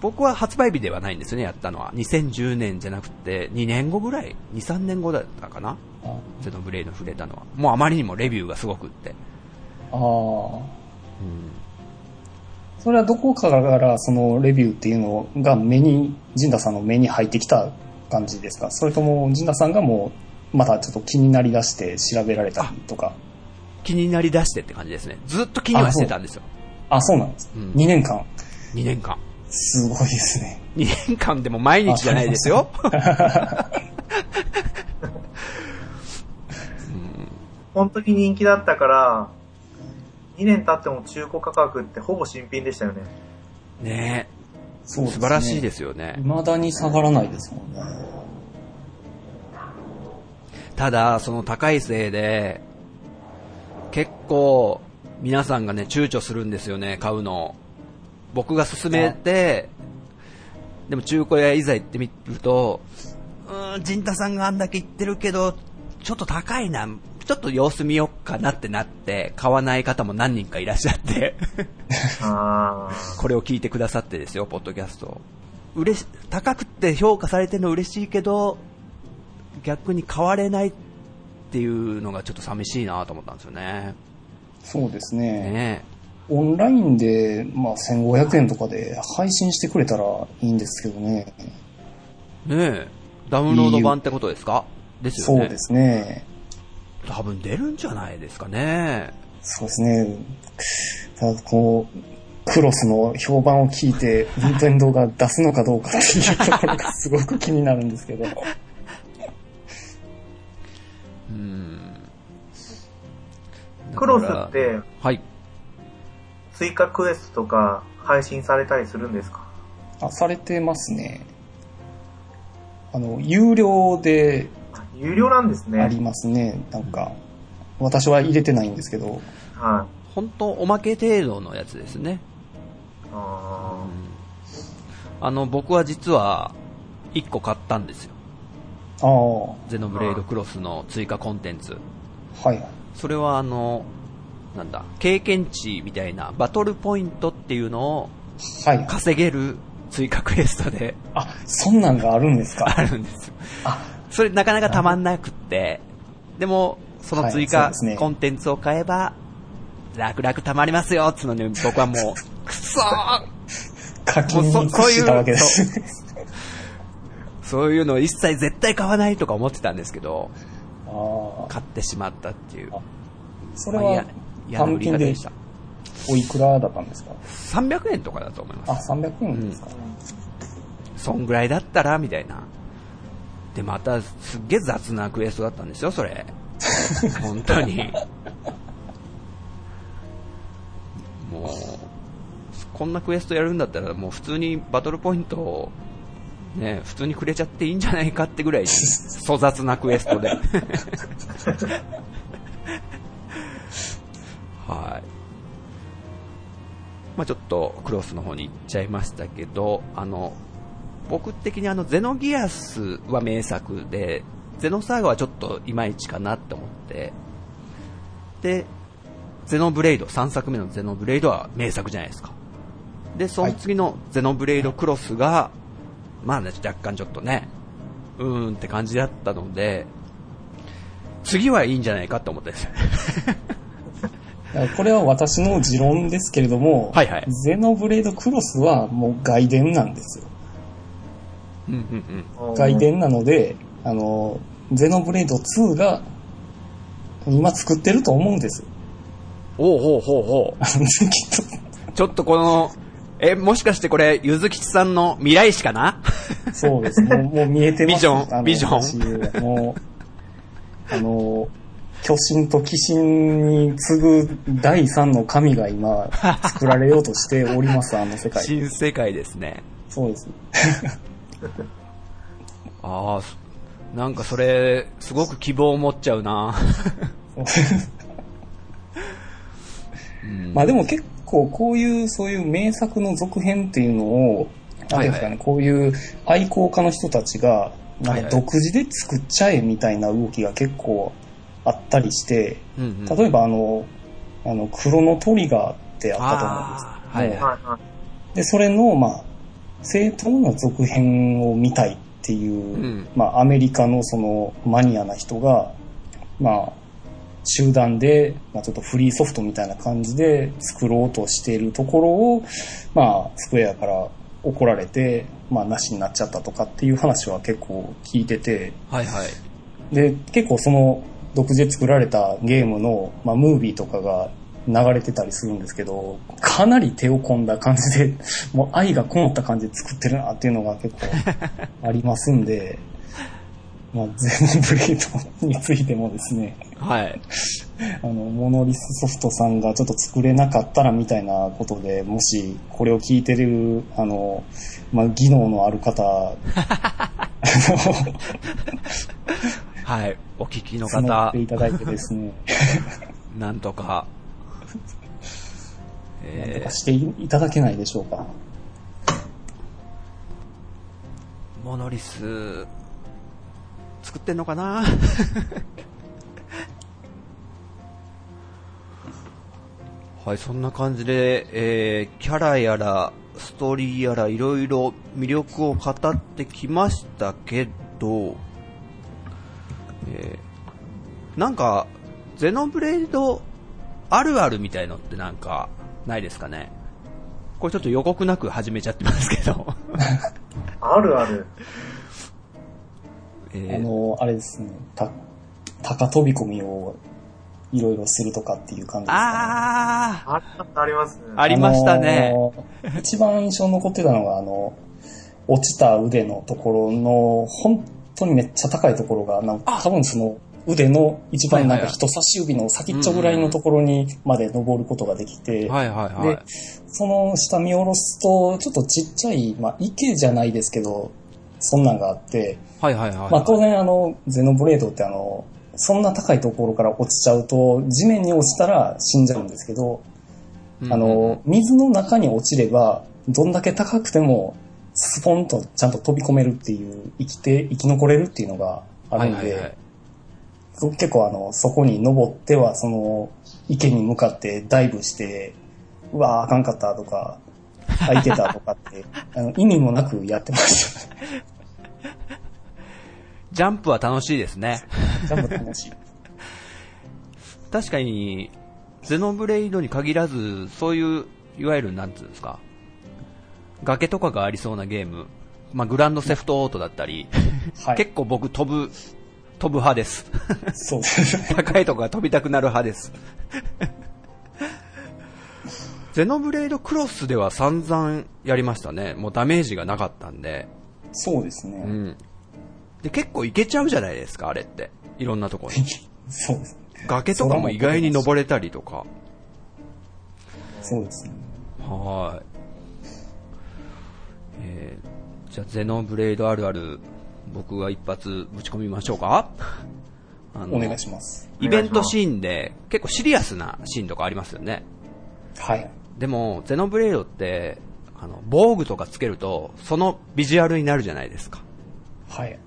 [SPEAKER 1] 僕は発売日ではないんですよね、やったのは。2010年じゃなくて、2年後ぐらい ?2、3年後だったかな
[SPEAKER 2] あ
[SPEAKER 1] ゼノブレイド触れたのは。もうあまりにもレビューがすごくって。
[SPEAKER 2] あー。それはどこかから、そのレビューっていうのが目に、陣田さんの目に入ってきた感じですかそれとも、陣田さんがもう、またちょっと気になりだして調べられたりとか。
[SPEAKER 1] 気になりだしてって感じですね。ずっと気にはしてたんですよ。
[SPEAKER 2] あ、そうなんです。
[SPEAKER 1] うん
[SPEAKER 2] 2年間。
[SPEAKER 1] 2年間。
[SPEAKER 2] すごいですね。
[SPEAKER 1] 2年間でも毎日じゃないですよ。
[SPEAKER 3] ー本当に人気だったから、2年経っても中古価格ってほぼ新品でしたよね。
[SPEAKER 1] ね
[SPEAKER 2] そ
[SPEAKER 1] え、
[SPEAKER 2] う
[SPEAKER 1] 素晴らしいですすよね
[SPEAKER 2] ね。。未だに下がらないですもんね。
[SPEAKER 1] ただ、その高いせいで、結構、皆さんがね、躊躇するんですよね、買うの。僕が勧めて、でも中古屋いざ行ってみると、うーん、陣田さんがあんだけ言ってるけど、ちょっと高いな、ちょっと様子見よっかなってなって、買わない方も何人かいらっしゃって。
[SPEAKER 3] ああ。
[SPEAKER 1] これを聞いてくださってですよ、ポッドキャストを嬉し高くて評価されてるの嬉しいけど、逆に買われないっていうのがちょっと寂しいなと思ったんですよね。
[SPEAKER 2] そうです
[SPEAKER 1] ね
[SPEAKER 2] オンラインで、まあ、1500円とかで配信してくれたらいいんですけどね。
[SPEAKER 1] え。ねえ。ダウンロード版ってことですかです
[SPEAKER 2] そ
[SPEAKER 1] よ
[SPEAKER 2] う
[SPEAKER 1] ね。
[SPEAKER 2] ですね。
[SPEAKER 1] 多分出るんじゃないですかね。
[SPEAKER 2] そうですね。ただ、こう、クロスの評判を聞いて、任天堂が出すのかどうかっていうところがすごく気になるんですけど。
[SPEAKER 1] うん。
[SPEAKER 3] クロス
[SPEAKER 1] だ
[SPEAKER 3] っ
[SPEAKER 1] から、
[SPEAKER 3] て
[SPEAKER 1] はい。
[SPEAKER 3] 追加クエストとか配信されたりするんですか
[SPEAKER 2] あ、されてますね。あの、有料で
[SPEAKER 3] 有料なんですね。
[SPEAKER 2] あ
[SPEAKER 3] は
[SPEAKER 2] り
[SPEAKER 3] い。
[SPEAKER 2] ますね。なんか、私は入れてないんですけど。
[SPEAKER 3] あ
[SPEAKER 1] 本当おまけ程度のやつですね。
[SPEAKER 3] あ
[SPEAKER 1] あの、僕は実は、1個買ったんですよ。
[SPEAKER 2] ああ、は
[SPEAKER 1] ゼノブレイドクロスの追加コンテンツ。
[SPEAKER 2] い。
[SPEAKER 1] それはあの、なんだ、経験値みたいなバトルポイントっていうのを
[SPEAKER 2] はい。
[SPEAKER 1] 稼げる追加クエストで
[SPEAKER 2] あ、そんなんがあるんですか
[SPEAKER 1] あるんですよ。
[SPEAKER 2] あ、
[SPEAKER 1] それなかなかたまんなくって、でも、その追
[SPEAKER 2] はいそう
[SPEAKER 1] 加
[SPEAKER 2] ですね
[SPEAKER 1] コンテンツを買えば、楽々たまりますよっつうのに僕はも う、くそー
[SPEAKER 2] 課金に屈したわけですね。
[SPEAKER 1] そういうのを一切絶対買わないとか思ってたんですけど、
[SPEAKER 2] ああ、
[SPEAKER 1] 買ってしまったっていう。
[SPEAKER 2] それ
[SPEAKER 1] まあ
[SPEAKER 2] は
[SPEAKER 1] ややな
[SPEAKER 2] 単
[SPEAKER 1] 売り
[SPEAKER 2] 品
[SPEAKER 1] 方
[SPEAKER 2] で
[SPEAKER 1] でした。
[SPEAKER 2] おいくらだったんですか
[SPEAKER 1] 300円とかだと思います
[SPEAKER 2] あ、。300円ですか、
[SPEAKER 1] そんぐらいだったらみたいな。で、またすっげえ雑なクエストだったんですよ、それ。本当に。もう、こんなクエストやるんだったら、もう普通にバトルポイントを、ね、普通にくれちゃっていいんじゃないかってぐらい、粗雑なクエストで。はい。まあちょっとクロスの方に行っちゃいましたけど、あの、僕的にあの、ゼノギアスは名作で、ゼノサーガはちょっといまいちかなって思って、で、ゼノブレイド、3作目のゼノブレイドは名作じゃないですか。で、その次のゼノブレイドクロスが、まあね、若干ちょっとね、うーんって感じだったので、次はいいんじゃないかって思ったんですよ。
[SPEAKER 2] だからこれは私の持論ですけれども、
[SPEAKER 1] はいはい
[SPEAKER 2] ゼノブレードクロスはもう外伝なんですよ。
[SPEAKER 1] うんうんうん。
[SPEAKER 2] 外伝なので、あの、ゼノブレード2が今作ってると思うんです。
[SPEAKER 1] おうほうほうほう。
[SPEAKER 2] あのきっ
[SPEAKER 1] ちょっとこの、え、もしかしてこれ、ゆずきちさんの未来史かな
[SPEAKER 2] と、そうです。もうもう見えてます。
[SPEAKER 1] ビジョン
[SPEAKER 2] あの
[SPEAKER 1] ビジョン
[SPEAKER 2] 私もう、あの、巨神と鬼神に次ぐ第三の神が今作られようとしてお ります、あの世界。
[SPEAKER 1] 新世界ですね。
[SPEAKER 2] そうです。
[SPEAKER 1] ああ、すなんかそれ、すごく希望を持っちゃう な。
[SPEAKER 2] まあでも結構こういうそういう名作の続編っていうのを、なんていうんです
[SPEAKER 1] は
[SPEAKER 2] かね、
[SPEAKER 1] いは
[SPEAKER 2] こういう愛好家の人たちが、な
[SPEAKER 1] はい
[SPEAKER 2] ん
[SPEAKER 1] は
[SPEAKER 2] か
[SPEAKER 1] い
[SPEAKER 2] 独自で作っちゃえみたいな動きが結構あったりして、
[SPEAKER 1] うんうん
[SPEAKER 2] 例えばあの、あの、クロノトリガーってあ
[SPEAKER 1] あ
[SPEAKER 2] っ
[SPEAKER 1] ー
[SPEAKER 2] たと
[SPEAKER 1] は
[SPEAKER 2] 思うんで
[SPEAKER 1] い
[SPEAKER 2] す。
[SPEAKER 1] は
[SPEAKER 3] はいはい。
[SPEAKER 2] で、それの、まあ、正当な続編を見たいっていう、
[SPEAKER 1] うん
[SPEAKER 2] まあ、アメリカのそのマニアな人が、まあ、集団で、まあ、ちょっとフリーソフトみたいな感じで作ろうとしているところを、まあ、スクエアから怒られて、まあ、なしになっちゃったとかっていう話は結構聞いてて、
[SPEAKER 1] はいはい。
[SPEAKER 2] で、結構その、独自で作られたゲームの、まあ、ムービーとかが流れてたりするんですけど、かなり手を込んだ感じで、 もう愛がこもった感じで作ってるなっていうのが結構ありますんで、 まあ、全部ブレイドについてもですね、
[SPEAKER 1] はい。
[SPEAKER 2] あの、モノリスソフトさんがちょっと作れなかったらみたいなことで、もしこれを聞いてる、あの、まあ、技能のある方、あの
[SPEAKER 1] はい。お聞きの
[SPEAKER 2] 募っ
[SPEAKER 1] 方
[SPEAKER 2] て、いただいてで すね、
[SPEAKER 1] なんとか。
[SPEAKER 2] なんと
[SPEAKER 1] え
[SPEAKER 2] かしていただけないでしょうか。
[SPEAKER 1] ー、モノリス、作ってんのかな はい、そんな感じで、えー、キャラやら、ストーリーやら、いろいろ魅力を語ってきましたけど、えー、なんか、ゼノブレイドあるあるみたいのってなんか、ないですかね。これちょっと予告なく始めちゃってますけど。
[SPEAKER 3] あるある。
[SPEAKER 1] えー
[SPEAKER 2] あの、あれですね、た、高飛び込みをいろいろするとかっていう感じですか、ね。
[SPEAKER 1] あ
[SPEAKER 3] あります、ありま
[SPEAKER 1] ありま
[SPEAKER 3] す。
[SPEAKER 1] したね
[SPEAKER 2] あのー。一番印象に残ってたのが、あの、落ちた腕のところの、本当にめっちゃ高いところが、なんか
[SPEAKER 1] あ
[SPEAKER 2] 多分その腕の一
[SPEAKER 1] はい
[SPEAKER 2] 番
[SPEAKER 1] は
[SPEAKER 2] ないん
[SPEAKER 1] はい
[SPEAKER 2] か人差し指の先っちょぐらいのところにまで登ることができて、
[SPEAKER 1] あ、はいはいはい
[SPEAKER 2] で。その下見下ろすと、ちょっとちっちゃい、まあ、池じゃないですけど、そんなんがあって、
[SPEAKER 1] はいはいはい。
[SPEAKER 2] まあ、当然あの、ゼノブレードってあの、そんな高いところから落ちちゃうと、地面に落ちたら死んじゃうんですけど、
[SPEAKER 1] うん
[SPEAKER 2] あの、水の中に落ちれば、どんだけ高くても、スポンとちゃんと飛び込めるっていう、生きて、生き残れるっていうのがあるん
[SPEAKER 1] はいはいはい
[SPEAKER 2] で、そう結構あの、そこに登っては、その、池に向かってダイブして、うわーあかんかったとか、あ、いけたとかって、 あの意味もなくやってま した。
[SPEAKER 1] ジャンプは楽しいですね。
[SPEAKER 2] 全部楽しい。
[SPEAKER 1] 確かに、ゼノブレイドに限らず、そういう、いわゆる、なんつうんですか、崖とかがありそうなゲーム、まあ、グランドセフトオートだったり、
[SPEAKER 2] はい。
[SPEAKER 1] 結構僕飛ぶ、飛ぶ派 です。
[SPEAKER 2] そうです ね。
[SPEAKER 1] 高いとこが飛びたくなる派です。ゼノブレイドクロスでは散々やりましたね。もうダメージがなかったんで。
[SPEAKER 2] そうですね。
[SPEAKER 1] うん。で、結構行けちゃうじゃないですか、あれって。いろんなとこに。
[SPEAKER 2] そうですね。
[SPEAKER 1] 崖とかも意外に登れたりとか。
[SPEAKER 2] そうですね。
[SPEAKER 1] はい。えー、じゃあ、ゼノブレードあるある、僕が一発ぶち込みましょうか あ
[SPEAKER 2] お願いします。
[SPEAKER 1] イベントシーンで結構シリアスなシーンとかありますよね。
[SPEAKER 2] はい。
[SPEAKER 1] でも、ゼノブレードって、あの、防具とかつけると、そのビジュアルになるじゃないですか。
[SPEAKER 2] はい。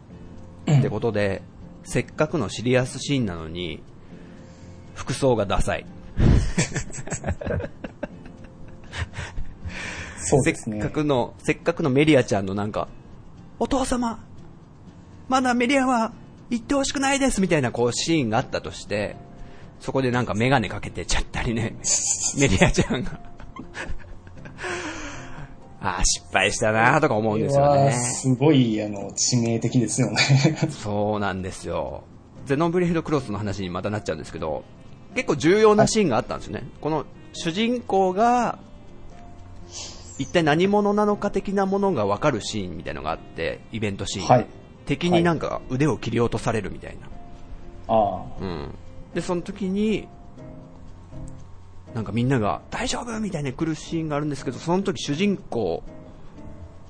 [SPEAKER 1] ってことで、せっかくのシリアスシーンなのに、服装がダサい。
[SPEAKER 2] そう
[SPEAKER 1] せ
[SPEAKER 2] ですね。
[SPEAKER 1] っかくの、せっかくのメリアちゃんのなんか、お父様、まだメリアは行ってほしくないですみたいなこうシーンがあったとして、そこでなんかメガネかけてちゃったり ね、メリアちゃんが。ああ、失敗したなーとか思うんですよ
[SPEAKER 2] これ
[SPEAKER 1] ね
[SPEAKER 2] は。すごい、あの、致命的で すよね。
[SPEAKER 1] そうなんですよ。ゼノブレードクロスの話にまたなっちゃうんですけど、結構重要なシーンがあったんですよね。この主人公が、一体何者なのか的なものがわかるシーンみたいのがあって、イベントシーン。
[SPEAKER 2] はい
[SPEAKER 1] 敵になんか腕を切り落とされるみたいな。
[SPEAKER 2] あ
[SPEAKER 1] うん。で、その時に、なんかみんなが大丈夫みたいに来るシーンがあるんですけど、その時主人公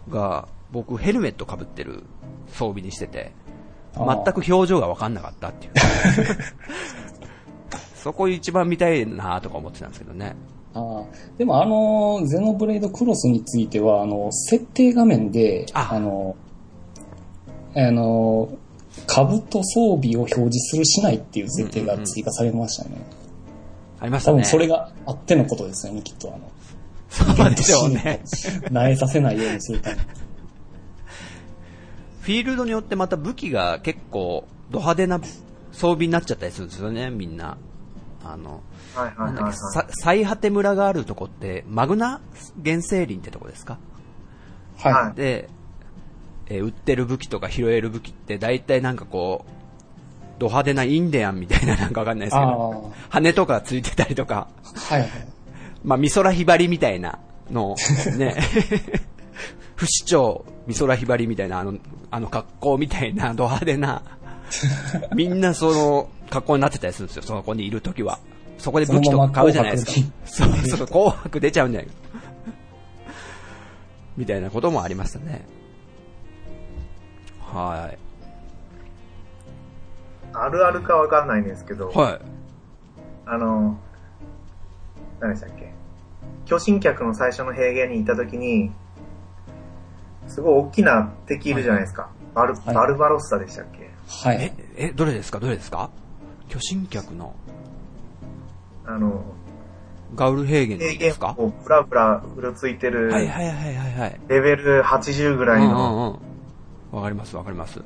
[SPEAKER 1] が僕ヘルメットかぶってる装備にしてて、
[SPEAKER 2] ああ
[SPEAKER 1] 全く表情が分かんなかったっていう。 そこ一番見たいなとか思ってたんですけどね。
[SPEAKER 2] あ。ああ。でも、あの、ゼノブレイドクロスについては、あの、設定画面で、
[SPEAKER 1] あ
[SPEAKER 2] あの、あの、株と装備を表示するしないっていう設定が追加されましたね。
[SPEAKER 1] ありまし
[SPEAKER 2] 多
[SPEAKER 1] たね。
[SPEAKER 2] 分それがあってのことですよね、きっと。あの、
[SPEAKER 1] そうでしょう ね。
[SPEAKER 2] 慣れさせないようにするために。
[SPEAKER 1] フィールドによってまた武器が結構ド派手な装備になっちゃったりするんですよね、みんな。あの、
[SPEAKER 3] はい
[SPEAKER 1] な
[SPEAKER 3] は
[SPEAKER 1] いん
[SPEAKER 3] はい
[SPEAKER 1] だっ
[SPEAKER 3] は
[SPEAKER 1] け、
[SPEAKER 3] い。
[SPEAKER 1] さ最果て村があるとこって、マグナ原生林ってとこですか
[SPEAKER 2] はい。
[SPEAKER 3] はい
[SPEAKER 1] で、えー売ってる武器とか拾える武器って大体なんかこう、ド派手なインディアンみたいななんかわかんないですけど、羽とかついてたりとか、
[SPEAKER 2] はいはい。
[SPEAKER 1] まあ、美空ひばりみたいなのを、ね、不死鳥、美空ひばりみたいな、あの、あの格好みたいな、ド派手な、みんなその格好になってたりするんですよ、その子にいるときは。そこで武器とか買うじゃないですか。そうそう、紅白出ちゃうんじゃないみたいなこともありましたね。はい。
[SPEAKER 3] あるあるかわかんないんですけど、
[SPEAKER 1] はい。
[SPEAKER 3] あの、何でしたっけ巨神客の最初の平原に行った時に、すごい大きな敵いるじゃないですか。バル、
[SPEAKER 2] い
[SPEAKER 3] バルバロッサでしたっけ
[SPEAKER 2] は
[SPEAKER 1] え
[SPEAKER 2] い。、
[SPEAKER 1] え、どれですかどれですか巨神客の
[SPEAKER 3] あの、
[SPEAKER 1] ガウル平原の
[SPEAKER 3] 平
[SPEAKER 1] 日です
[SPEAKER 3] 原
[SPEAKER 1] か
[SPEAKER 3] をブラブラうろついてる、
[SPEAKER 1] はいはいはいはいはい。
[SPEAKER 3] レベル80ぐらいの、
[SPEAKER 1] うんうんうん、わかりますわかります。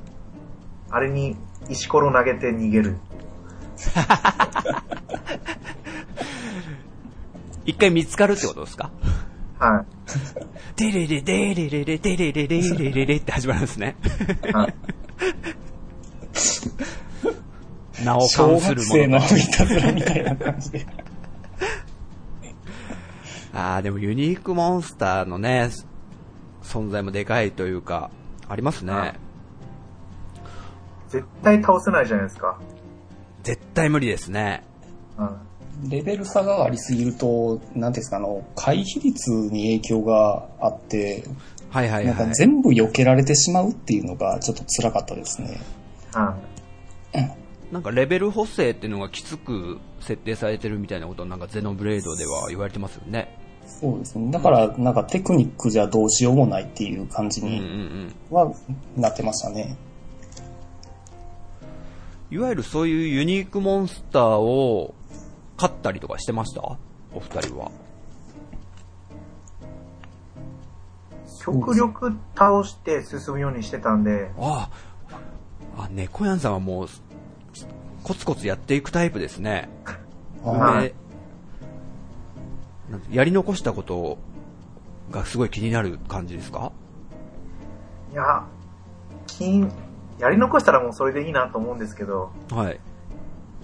[SPEAKER 3] あれに石ころ投げて逃げる。
[SPEAKER 1] 一回見つかるってことですか
[SPEAKER 3] は
[SPEAKER 1] デレレデレレレデレレレレレレって始まるんですね。
[SPEAKER 3] い。はい、
[SPEAKER 1] 名を
[SPEAKER 2] 小
[SPEAKER 1] 冠す
[SPEAKER 2] 学
[SPEAKER 1] る
[SPEAKER 2] 生
[SPEAKER 1] も
[SPEAKER 2] の
[SPEAKER 1] の。
[SPEAKER 2] いたずらみたいな感じで。
[SPEAKER 1] ああ、でもユニークモンスターのね、存在もでかいというか、ありますね。
[SPEAKER 3] 絶対倒せないじゃないですか。
[SPEAKER 1] 絶対無理ですね。
[SPEAKER 3] は
[SPEAKER 2] レベル差がありすぎると、なんていうんですか、あの、回避率に影響があって、
[SPEAKER 1] はいはい
[SPEAKER 2] なん
[SPEAKER 1] は
[SPEAKER 2] か
[SPEAKER 1] い。
[SPEAKER 2] 全部避けられてしまうっていうのがちょっと辛かったですね。
[SPEAKER 3] い。はい
[SPEAKER 1] なんかレベル補正っていうのがきつく設定されてるみたいなことをなんかゼノブレードでは言われてますよね。
[SPEAKER 2] そうですね。だから、なんかテクニックじゃどうしようもないっていう感じ
[SPEAKER 1] うんうんう
[SPEAKER 2] に
[SPEAKER 1] ん。
[SPEAKER 2] はなってましたね。
[SPEAKER 1] いわゆるそういうユニークモンスターを勝ったりとかしてましたお二人は。
[SPEAKER 3] 極力倒して進むようにしてたんで、
[SPEAKER 1] ああ、あ、猫やんさんはもう、コツコツやっていくタイプですね。
[SPEAKER 2] あ
[SPEAKER 3] はい
[SPEAKER 1] でなんかやり残したことがすごい気になる感じですか
[SPEAKER 3] いや、金、やり残したらもうそれでいいなと思うんですけど、
[SPEAKER 1] はい。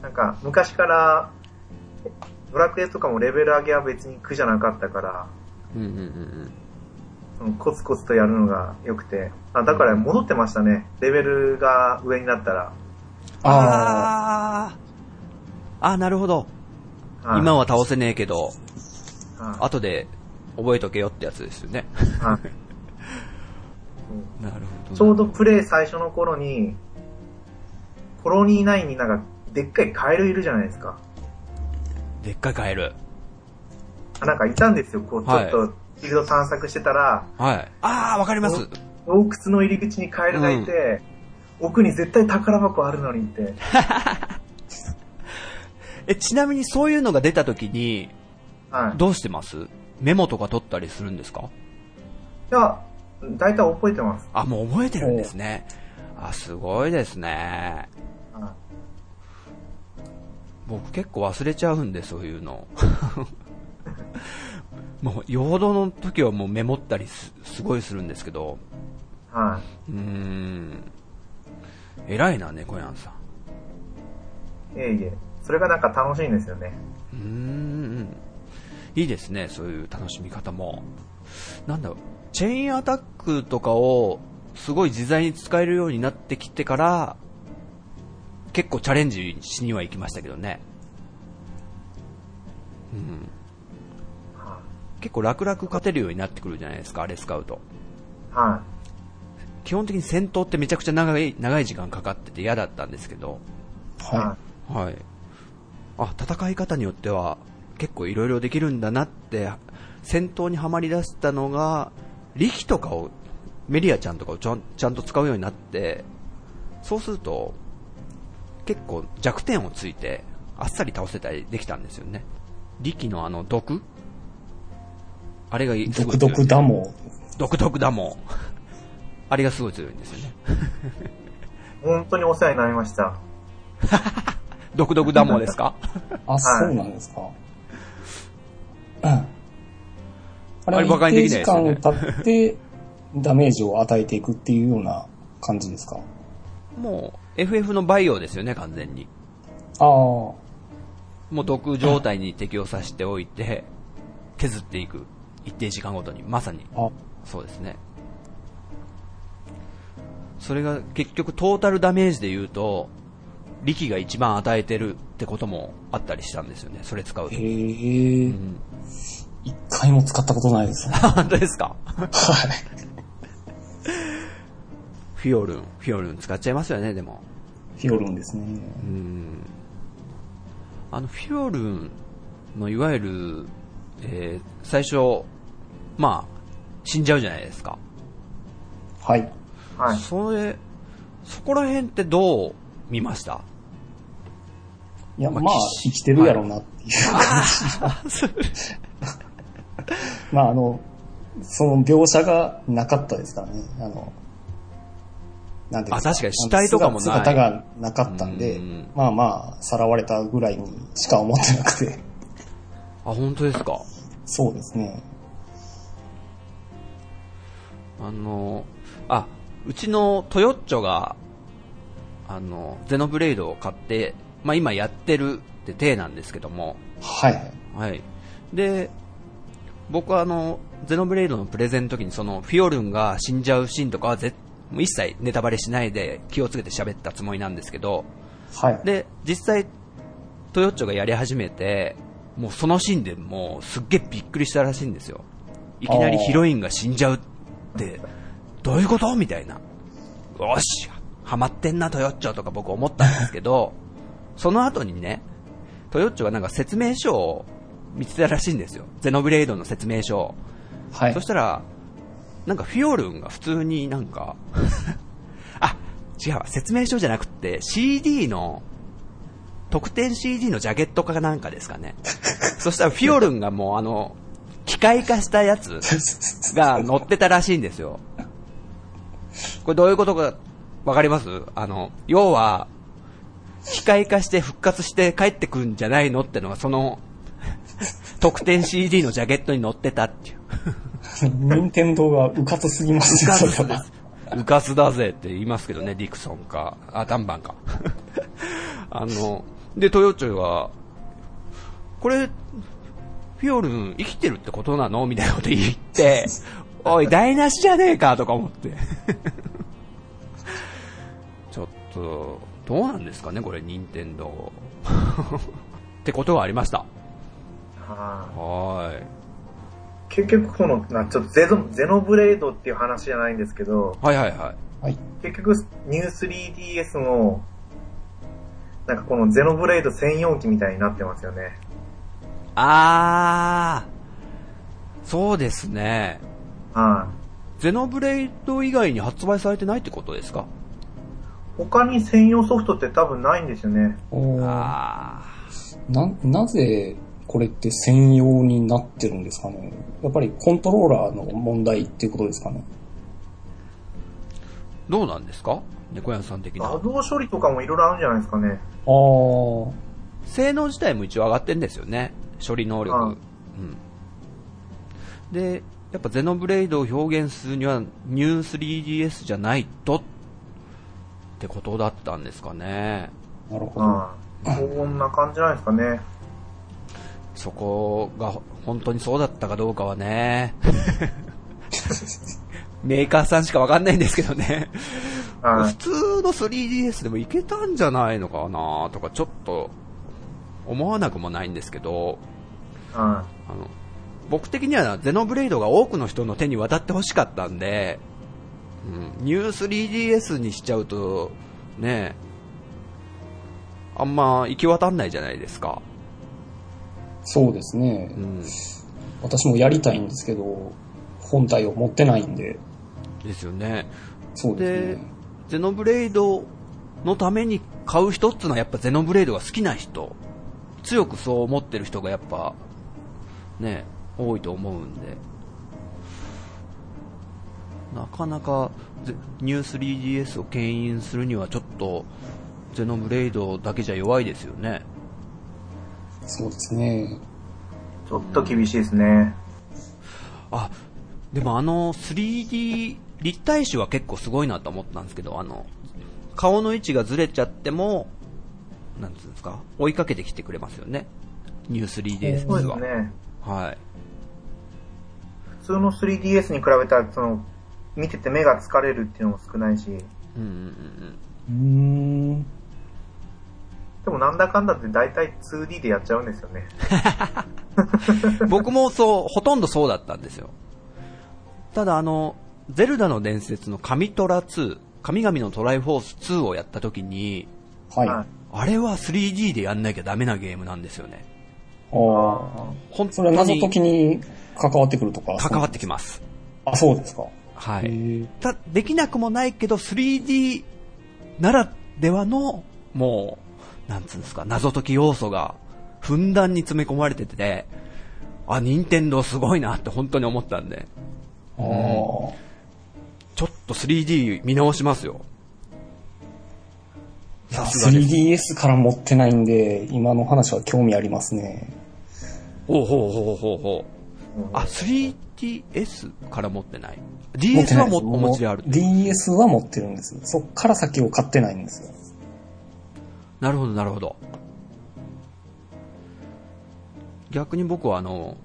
[SPEAKER 3] なんか昔から、ドラクエとかもレベル上げは別に苦じゃなかったから、
[SPEAKER 1] うんうんうんうん。
[SPEAKER 3] そうんコツコツとやるのが良くて。あ、だから戻ってましたね。レベルが上になったら。
[SPEAKER 2] ああ。
[SPEAKER 1] ああ。あーなるほど。
[SPEAKER 3] い
[SPEAKER 1] 今は倒せねえけど、
[SPEAKER 3] は
[SPEAKER 1] 後で覚えとけよってやつですよ ね。
[SPEAKER 3] いはい
[SPEAKER 1] なるほど。
[SPEAKER 3] ちょうどプレイ最初の頃に、コロニー9になんか、でっかいカエルいるじゃないですか。
[SPEAKER 1] でっかいカエル。
[SPEAKER 3] あなんかいたんですよ、こう、ちょ
[SPEAKER 1] はい
[SPEAKER 3] っと、フィールド探索してたら、
[SPEAKER 1] はい。ああ、わかります。
[SPEAKER 3] 洞窟の入り口にカエルがいて、奥に絶対宝箱あるのにって。
[SPEAKER 1] え、ちなみにそういうのが出た時に、
[SPEAKER 3] はい。
[SPEAKER 1] どうしてますメモとか取ったりするんですか
[SPEAKER 3] いや、だいたい覚えてます。
[SPEAKER 1] あ、もう覚えてるんですね。あ、すごいですね。
[SPEAKER 3] は
[SPEAKER 1] 僕結構忘れちゃうんで、そういうの。 もう、陽動の時はもうメモったりすすごいするんですけど、
[SPEAKER 3] い。は
[SPEAKER 1] うーん。偉いな、猫やんさん。
[SPEAKER 3] い。いえいえ。それがなんか楽しいんですよね。
[SPEAKER 1] うーん。いいですね、そういう楽しみ方も。なんだろう、チェインアタックとかをすごい自在に使えるようになってきてから、結構チャレンジしには行きましたけどね。うん。
[SPEAKER 3] は
[SPEAKER 1] 結構楽々勝てるようになってくるじゃないですか、あれ使うと。
[SPEAKER 3] い。は
[SPEAKER 1] 基本的に戦闘ってめちゃくちゃ長い、長い時間かかってて嫌だったんですけど、
[SPEAKER 3] い。
[SPEAKER 2] は。
[SPEAKER 3] はいい。
[SPEAKER 1] はい、あ戦い方によっては結構いろいろできるんだなって戦闘にはまりだしたのが力とかをメリアちゃんとかをちゃんちゃんと使うようになってそうすると結構弱点をついてあっさり倒せたりできたんですよね力のあの毒あれがいすご
[SPEAKER 2] 独
[SPEAKER 1] い強い
[SPEAKER 2] 特だもん。
[SPEAKER 1] 毒毒だもんあれがすごい強いんですよね
[SPEAKER 3] 本当にお世話になりました。
[SPEAKER 1] 毒毒だもんですか
[SPEAKER 2] あ、そうなんですか。うんあ
[SPEAKER 1] あれ
[SPEAKER 2] れ
[SPEAKER 1] 馬鹿
[SPEAKER 2] は
[SPEAKER 1] に
[SPEAKER 2] 一
[SPEAKER 1] で
[SPEAKER 2] 定
[SPEAKER 1] きない
[SPEAKER 2] 時
[SPEAKER 1] ですよね
[SPEAKER 2] 間経ってダメージを与えていくっていうような感じですか。
[SPEAKER 1] もう FF のバイオですよね完全に
[SPEAKER 2] ああ。
[SPEAKER 1] もう毒状態に敵を刺しておいて、削っていく。一定時間ごとに。まさに。
[SPEAKER 2] あ、
[SPEAKER 1] そうですね。それが結局トータルダメージで言うと、力が一番与えてるってこともあったりしたんですよね。それ使うと
[SPEAKER 2] へ。え、
[SPEAKER 1] ん
[SPEAKER 2] 一回も使ったことないで すね。
[SPEAKER 1] 本当ですか
[SPEAKER 2] はい。
[SPEAKER 1] フィオルン。フィオルン使っちゃいますよね、でも。
[SPEAKER 2] ヒオルンですね。
[SPEAKER 1] うんあの、フィオルンのいわゆる、えー最初、まあ、死んじゃうじゃないですか。
[SPEAKER 2] はい。
[SPEAKER 3] はい。
[SPEAKER 1] それ、そこら辺ってどう見ま した
[SPEAKER 2] いや、
[SPEAKER 1] ま
[SPEAKER 2] ま
[SPEAKER 1] あ
[SPEAKER 2] あ、
[SPEAKER 1] き
[SPEAKER 2] 生きてるやろうなっていう感じ。まあ、あの、その描写がなかったですからね。あの、なんていうんです
[SPEAKER 1] あ確かに死体とかもない
[SPEAKER 2] 姿姿がなかったんで
[SPEAKER 1] うん、
[SPEAKER 2] まあまあ、さらわれたぐらいにしか思ってなく て。
[SPEAKER 1] あ、本当ですか。
[SPEAKER 2] そうですね。
[SPEAKER 1] あの、あ、うちのトヨッチョが、あの、ゼノブレイドを買って、まあ今やってるって体なんですけども、
[SPEAKER 2] はいはい。
[SPEAKER 1] はい。で、僕はあの、ゼノブレイドのプレゼンの時にその、フィオルンが死んじゃうシーンとかはぜもう一切ネタバレしないで気をつけて喋ったつもりなんですけど、
[SPEAKER 2] はい。
[SPEAKER 1] で、実際、トヨッチョがやり始めて、もうそのシーンでもうすっげえびっくりしたらしいんですよ。いきなりヒロインが死んじゃうって、どういうことみたいな。よし、ハマってんな、トヨッチョとか僕思ったんですけど、 その後にね、トヨッチョがなんか説明書を見てたらしいんですよ。ゼノブレイドの説明書を。
[SPEAKER 2] はい
[SPEAKER 1] そ。 したら、なんかフィオルンが普通になんか、 あ、違うわ、説明書じゃなくって CD の、特典 CD のジャケットかなんかですか ね。そしたらフィオルンがもうあの、機械化したやつが乗ってたらしいんですよ。これどういうことかわかりますあの、要は、機械化して復活して帰ってくるんじゃないのってのがその、特典 CD のジャケットに乗ってたっていう。
[SPEAKER 2] 任天堂がうかつすぎますよ、それは
[SPEAKER 1] うかすだぜって言いますけどね、ディクソンか、あ、ダンバンか。 あの、で、トヨチョが、これ、フィオルン生きてるってことなのみたいなこと言って、おい、台無しじゃねえかとか思って。 ちょっと、どうなんですかね、これ、任天堂 ってことがありました。
[SPEAKER 3] あ
[SPEAKER 1] はーい。
[SPEAKER 3] ー結局この、なちょっとゼノゼノブレードっていう話じゃないんですけど、
[SPEAKER 1] はいはいはい。
[SPEAKER 2] はい。
[SPEAKER 3] 結局ニュー 3DS も、なんかこのゼノブレード専用機みたいになってますよね。
[SPEAKER 1] あー、そうですね。
[SPEAKER 3] はい、
[SPEAKER 1] ゼノブレイド以外に発売されてないってことですか
[SPEAKER 3] 他に専用ソフトって多分ないんですよね。
[SPEAKER 2] おー
[SPEAKER 1] あ
[SPEAKER 2] な、なぜこれって専用になってるんですかねやっぱりコントローラーの問題っていうことですかね
[SPEAKER 1] ー、どうなんですか猫屋さん的な
[SPEAKER 3] 画。像処理とかもいろいろあるんじゃないですかね。
[SPEAKER 2] あー。
[SPEAKER 1] 性能自体も一応上がってるんですよね、処理能力。
[SPEAKER 3] う
[SPEAKER 1] うんん、で、やっぱゼノブレイドを表現するには、ニュー 3DS じゃないとってことだったんですかね。
[SPEAKER 2] なるほど。
[SPEAKER 3] うん。こんな感じなんですかね。
[SPEAKER 1] そこがほ本当にそうだったかどうかはね、メーカーさんしかわかんないんですけどね。
[SPEAKER 3] は
[SPEAKER 1] 普通の 3DS でもいけたんじゃないのかなとか、ちょっと思わなくもないんですけど、
[SPEAKER 3] い。は
[SPEAKER 1] あの僕的にはゼノブレイドが多くの人の手に渡ってほしかったんで、うん、ニュー 3DS にしちゃうと、ねえ、あんま行き渡んないじゃないですか。
[SPEAKER 2] そうですね
[SPEAKER 1] う。ん、
[SPEAKER 2] 私もやりたいんですけど、本体を持ってないんで、
[SPEAKER 1] ですよね。
[SPEAKER 2] そうです
[SPEAKER 1] で
[SPEAKER 2] ね。、
[SPEAKER 1] ゼノブレイドのために買う人っていうのはやっぱゼノブレイドが好きな人、強くそう思ってる人がやっぱ、ね、多いと思うんで、なかなかゼニュー 3DS を牽引するにはちょっと、ゼノブレイドだけじゃ弱いですよね。
[SPEAKER 2] そうですね。
[SPEAKER 3] い。ちょっと厳しいですね。
[SPEAKER 1] あ、でもあの 3D 立体視は結構すごいなと思ったんですけど、あの、顔の位置がずれちゃっても、なんつうんですか、追いかけてきてくれますよね。ニュー 3DS
[SPEAKER 3] そうで
[SPEAKER 1] は。
[SPEAKER 3] すね。
[SPEAKER 1] はい。
[SPEAKER 3] 普通の 3DS に比べたら、その、見てて目が疲れるっていうのも少ないし、
[SPEAKER 1] うんうんうん
[SPEAKER 2] うーん。
[SPEAKER 3] でもなんだかんだって大体 2D でやっちゃうんですよね。
[SPEAKER 1] うん。 僕もそう、ほとんどそうだったんですよ。ただあの、ゼルダの伝説の神トラ2、神々のトライフォース2をやった時に、
[SPEAKER 2] はい。
[SPEAKER 3] は
[SPEAKER 2] あ
[SPEAKER 3] い
[SPEAKER 1] あれは 3D でやんなきゃダメなゲームなんですよね。
[SPEAKER 2] あ。
[SPEAKER 1] 本当
[SPEAKER 2] それは謎
[SPEAKER 1] に
[SPEAKER 2] 解きに関わってくるとか。
[SPEAKER 1] 関わってきます。
[SPEAKER 2] あ、そうですか。
[SPEAKER 1] は
[SPEAKER 2] へ
[SPEAKER 1] い。
[SPEAKER 2] ー
[SPEAKER 1] たできなくもないけど 3D ならではのもうなんつうんですか謎解き要素がふんだんに詰め込まれててあ任天堂すごいなって本当に思ったんで
[SPEAKER 2] あー
[SPEAKER 1] ちょっと 3D 見直しますよ
[SPEAKER 2] いや
[SPEAKER 1] さすがです
[SPEAKER 2] 3DS から持ってないんで、今の話は興味ありますね。
[SPEAKER 1] ほうほうほうほうほうあ 3DS から持ってない DS はも
[SPEAKER 2] 持って
[SPEAKER 1] お
[SPEAKER 2] ない
[SPEAKER 1] 持
[SPEAKER 2] で
[SPEAKER 1] ち
[SPEAKER 2] す
[SPEAKER 1] である
[SPEAKER 2] もう DS は持ってるんです。そっから先を買ってないんですよ。
[SPEAKER 1] なるほど、なるほど。逆に僕はあの、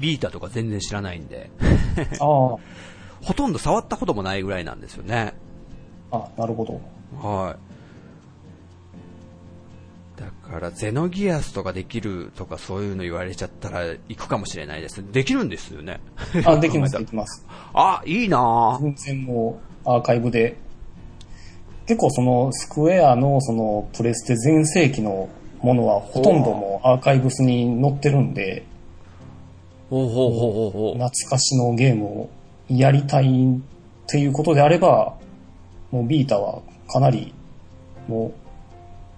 [SPEAKER 1] ビータとか全然知らないんで、
[SPEAKER 2] あ
[SPEAKER 1] ほとんど触ったこともないぐらいなんですよね。
[SPEAKER 2] あ。あ、なるほど。
[SPEAKER 1] はい。だから、ゼノギアスとかできるとかそういうの言われちゃったら行くかもしれないですね。できるんですよね。
[SPEAKER 2] あ、できます、できます。
[SPEAKER 1] あ、いいなぁ。
[SPEAKER 2] 全然もうアーカイブで。結構そのスクエアのそのプレステ全盛期のものはほとんどもうアーカイブスに載ってるんで、
[SPEAKER 1] ほうほうほうほうほ
[SPEAKER 2] 懐かしのゲームをやりたいっていうことであれば、もうビータはかなり、も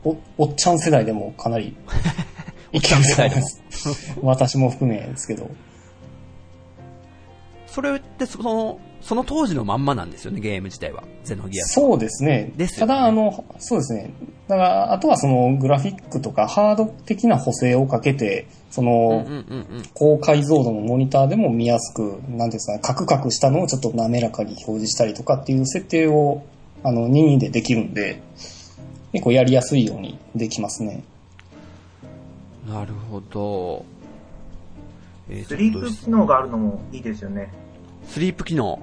[SPEAKER 2] う、お、おっちゃん世代でもかなり、いけると思います。 私も含めですけど。
[SPEAKER 1] う。それってその、その当時のまんまなんですよね、ゲーム自体は。ゼノギアス。
[SPEAKER 2] そうですね。
[SPEAKER 1] ですよ
[SPEAKER 2] た
[SPEAKER 1] ね
[SPEAKER 2] だ、あの、そうですね。だから、あとはそのグラフィックとかハード的な補正をかけて、そ
[SPEAKER 1] うんう
[SPEAKER 2] の、
[SPEAKER 1] んうんうん。
[SPEAKER 2] 高解像度のモニターでも見やすく、なんていうんですかね、カクカクしたのをちょっと滑らかに表示したりとかっていう設定を、あの、任意でできるんで、結構やりやすいようにできますね。
[SPEAKER 1] なるほど。えーちょっと
[SPEAKER 3] 3D 機能があるのもいいですよね。
[SPEAKER 1] スリープ機能。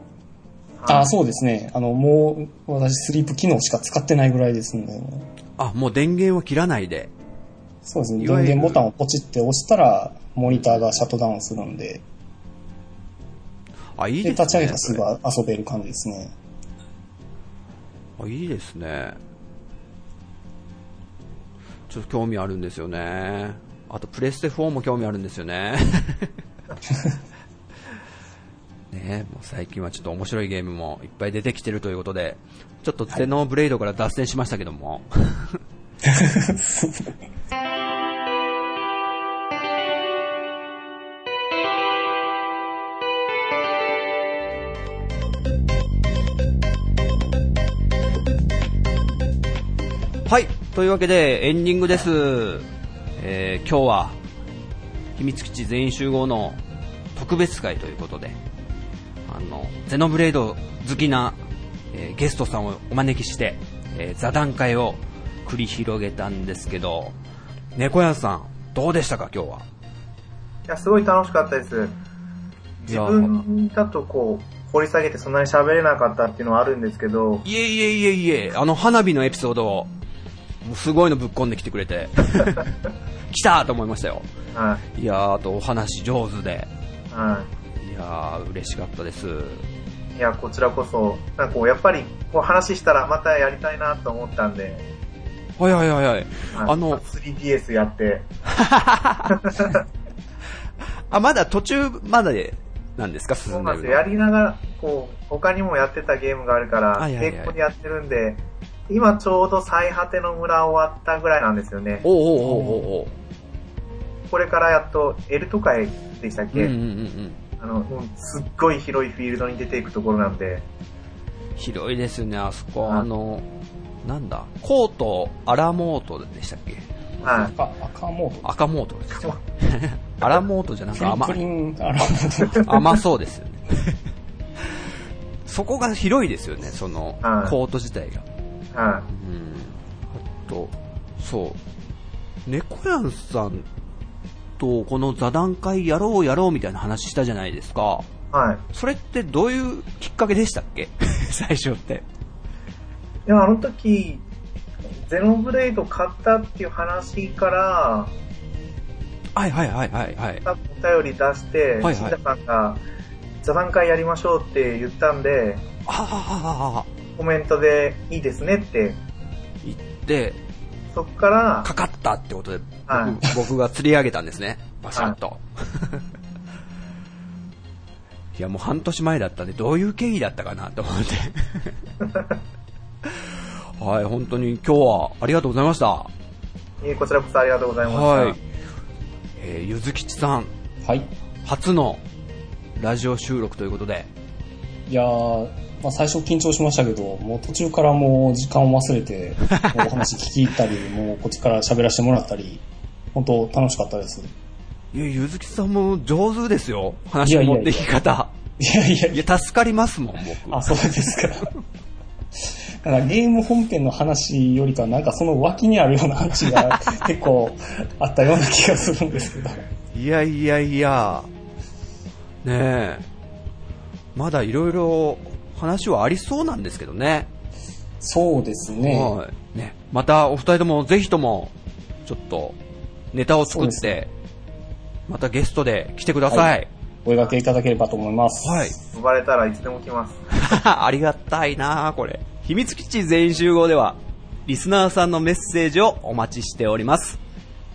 [SPEAKER 2] あ、そうですね。あの、もう、私、スリープ機能しか使ってないぐらいですので、
[SPEAKER 1] あ、もう電源を切らないで。
[SPEAKER 2] そうですね。
[SPEAKER 1] いわゆ
[SPEAKER 2] 電
[SPEAKER 1] る
[SPEAKER 2] 源ボタンをポチって押したら、モニターがシャットダウンするんで、
[SPEAKER 1] あ、いい
[SPEAKER 2] で、
[SPEAKER 1] ですね。
[SPEAKER 2] 立ち上げたらすぐ遊べる感じですね。
[SPEAKER 1] あ、いいですね。ちょっと興味あるんですよね。あと、プレステ4も興味あるんですよ ね。ねえもう最近はちょっと面白いゲームもいっぱい出てきてるということで、ちょっとゼノブレイドから脱線しましたけども。はい、というわけでエンディングです。えー今日は秘密基地全員集合の特別会ということで、あの、ゼノブレード好きな、えーゲストさんをお招きして、えー座談会を繰り広げたんですけど、猫屋さん、どうでしたか今日は。
[SPEAKER 3] いや、すごい楽しかったです。
[SPEAKER 1] い
[SPEAKER 3] 自
[SPEAKER 1] や
[SPEAKER 3] 分だとこう、掘り下げてそんなに喋れなかったっていうのはあるんですけど、
[SPEAKER 1] いえいえいえいえ、あの花火のエピソードを、もうすごいのぶっ込んできてくれ て、来たと思いましたよ。
[SPEAKER 3] はい
[SPEAKER 1] やー、あとお話上手で、
[SPEAKER 3] い。はい
[SPEAKER 1] やー、嬉しかったです。
[SPEAKER 3] い。いや、こちらこそ、なんかこう、やっぱり、こう話したらまたやりたいなと思ったんで、
[SPEAKER 1] はいはいはいはい。
[SPEAKER 3] はい
[SPEAKER 1] あの、
[SPEAKER 3] 3DS やって、
[SPEAKER 1] あ、まだ途中まだで、なんですか進
[SPEAKER 3] そうんな
[SPEAKER 1] で
[SPEAKER 3] んです
[SPEAKER 1] る
[SPEAKER 3] よ。やりながら、こう、他にもやってたゲームがあるから、
[SPEAKER 1] はいはいはい
[SPEAKER 3] 並行でやってるんで、今ちょうど最果ての村終わったぐらいなんですよね。
[SPEAKER 1] おおおうおうおう
[SPEAKER 3] これからやっと、エルトカイでしたっ
[SPEAKER 1] おう。うん
[SPEAKER 3] け、
[SPEAKER 1] うんうんうん。
[SPEAKER 3] あの、もうすっごい広いフィールドに出ていくところなんで、
[SPEAKER 1] 広いですよね、あそこ。
[SPEAKER 3] はい
[SPEAKER 1] あの、なんだ、コート、アラモートでしたっけ
[SPEAKER 3] はい。
[SPEAKER 2] 赤、赤モード。
[SPEAKER 1] 赤モートですよ。アラモートじゃなく
[SPEAKER 2] プ
[SPEAKER 1] て
[SPEAKER 2] リン
[SPEAKER 1] 甘
[SPEAKER 2] プリン、あら、モード。
[SPEAKER 1] 甘そうですよね。そこが広いですよね、その
[SPEAKER 3] はい、
[SPEAKER 1] コート自体が。う
[SPEAKER 3] は
[SPEAKER 1] ん。あと、そう。猫やんさんとこの座談会やろうやろうみたいな話したじゃないですか。
[SPEAKER 3] い。はい。
[SPEAKER 1] それってどういうきっかけでしたっけ 最初って。
[SPEAKER 3] でもあの時、ゼノブレイド買ったっていう話から、
[SPEAKER 1] はいはいはいはいはい。
[SPEAKER 3] 多分お便り出して、
[SPEAKER 1] はいはい
[SPEAKER 3] 新田さんが、座談会やりましょうって言ったんで、
[SPEAKER 1] ああ、
[SPEAKER 3] コメントでいいですねって、
[SPEAKER 1] 行って、
[SPEAKER 3] そっから、
[SPEAKER 1] かかったってことで僕,、
[SPEAKER 3] はい
[SPEAKER 1] 僕が釣り上げたんですね。バシャッと。 い、やもう半年前だったんで、どういう経緯だったかなと思って。はい、本当に今日はありがとうございました。
[SPEAKER 3] えーこちらこそありがとうございました。
[SPEAKER 1] はい。えーゆずきちさん、
[SPEAKER 2] はい。
[SPEAKER 1] 初のラジオ収録ということで、
[SPEAKER 2] いやー、まあ、最初緊張しましたけど、もう途中からもう時間を忘れて、 もうお話聞き入ったり、もうこっちから喋らせてもらったり、本当楽しかったです。
[SPEAKER 1] いや、ゆずきさんも上手ですよ。話
[SPEAKER 2] いや
[SPEAKER 1] の
[SPEAKER 2] いやい
[SPEAKER 1] 持
[SPEAKER 2] や
[SPEAKER 1] っていき方。
[SPEAKER 2] いやいやい
[SPEAKER 1] い
[SPEAKER 2] や、
[SPEAKER 1] や、助かりますもん、僕。
[SPEAKER 2] あ、そうですか。なんかゲーム本編の話よりかは、なんかその脇にあるような話 が結構あったような気がするんですけど。
[SPEAKER 1] いやいやいや、ねえ、まだいろいろ話はありそうなんですけどね。
[SPEAKER 2] そうですね。
[SPEAKER 1] はい。ね、またお二人ともぜひとも、ちょっと、ネタを作っ
[SPEAKER 2] そう
[SPEAKER 1] て、またゲストで来てください。
[SPEAKER 2] お声掛けいただければと思います。
[SPEAKER 1] はい。
[SPEAKER 3] 呼ばれたらいつでも来ます。
[SPEAKER 1] ありがたいなあこれ。秘密基地全員集合では、リスナーさんのメッセージをお待ちしております。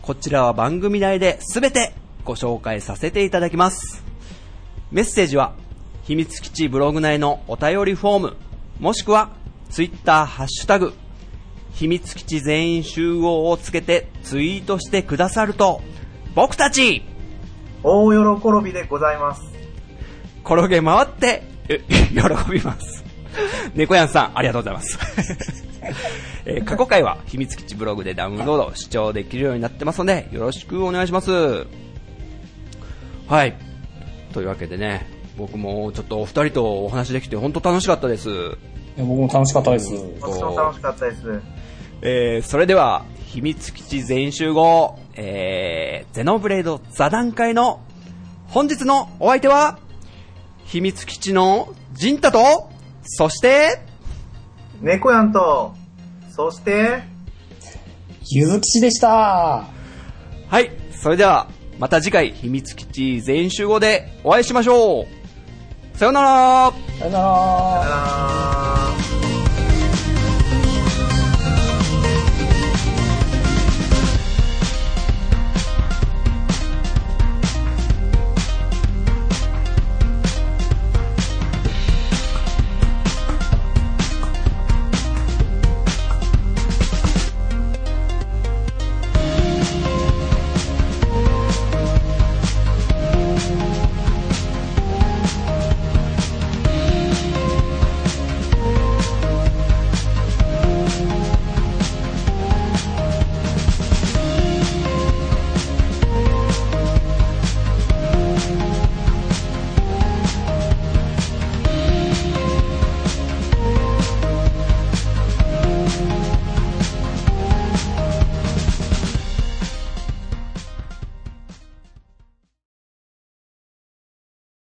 [SPEAKER 1] こちらは番組内で全てご紹介させていただきます。メッセージは、秘密基地ブログ内のお便りフォーム、もしくは、ツイッターハッシュタグ、秘密基地全員集合をつけてツイートしてくださると、僕たち、
[SPEAKER 3] 大喜びでございます。
[SPEAKER 1] 転げ回って、え喜びます。猫やんさん、ありがとうございます。えー過去回は秘密基地ブログでダウンロード、視聴できるようになってますので、よろしくお願いします。はい。というわけでね、僕もちょっとお二人とお話できて本当楽しかったです。
[SPEAKER 2] いや僕も楽しかったです。
[SPEAKER 3] 私も楽しかったです。
[SPEAKER 1] えーそれでは、秘密基地全員集合、えーゼノブレード座談会の本日のお相手は、秘密基地のジンタと、そして、
[SPEAKER 3] 猫やんと、そして、
[SPEAKER 2] ゆずきしでした
[SPEAKER 1] はい、それでは、また次回、秘密基地全員集合でお会いしましょうさようなら
[SPEAKER 2] さよなら
[SPEAKER 3] あー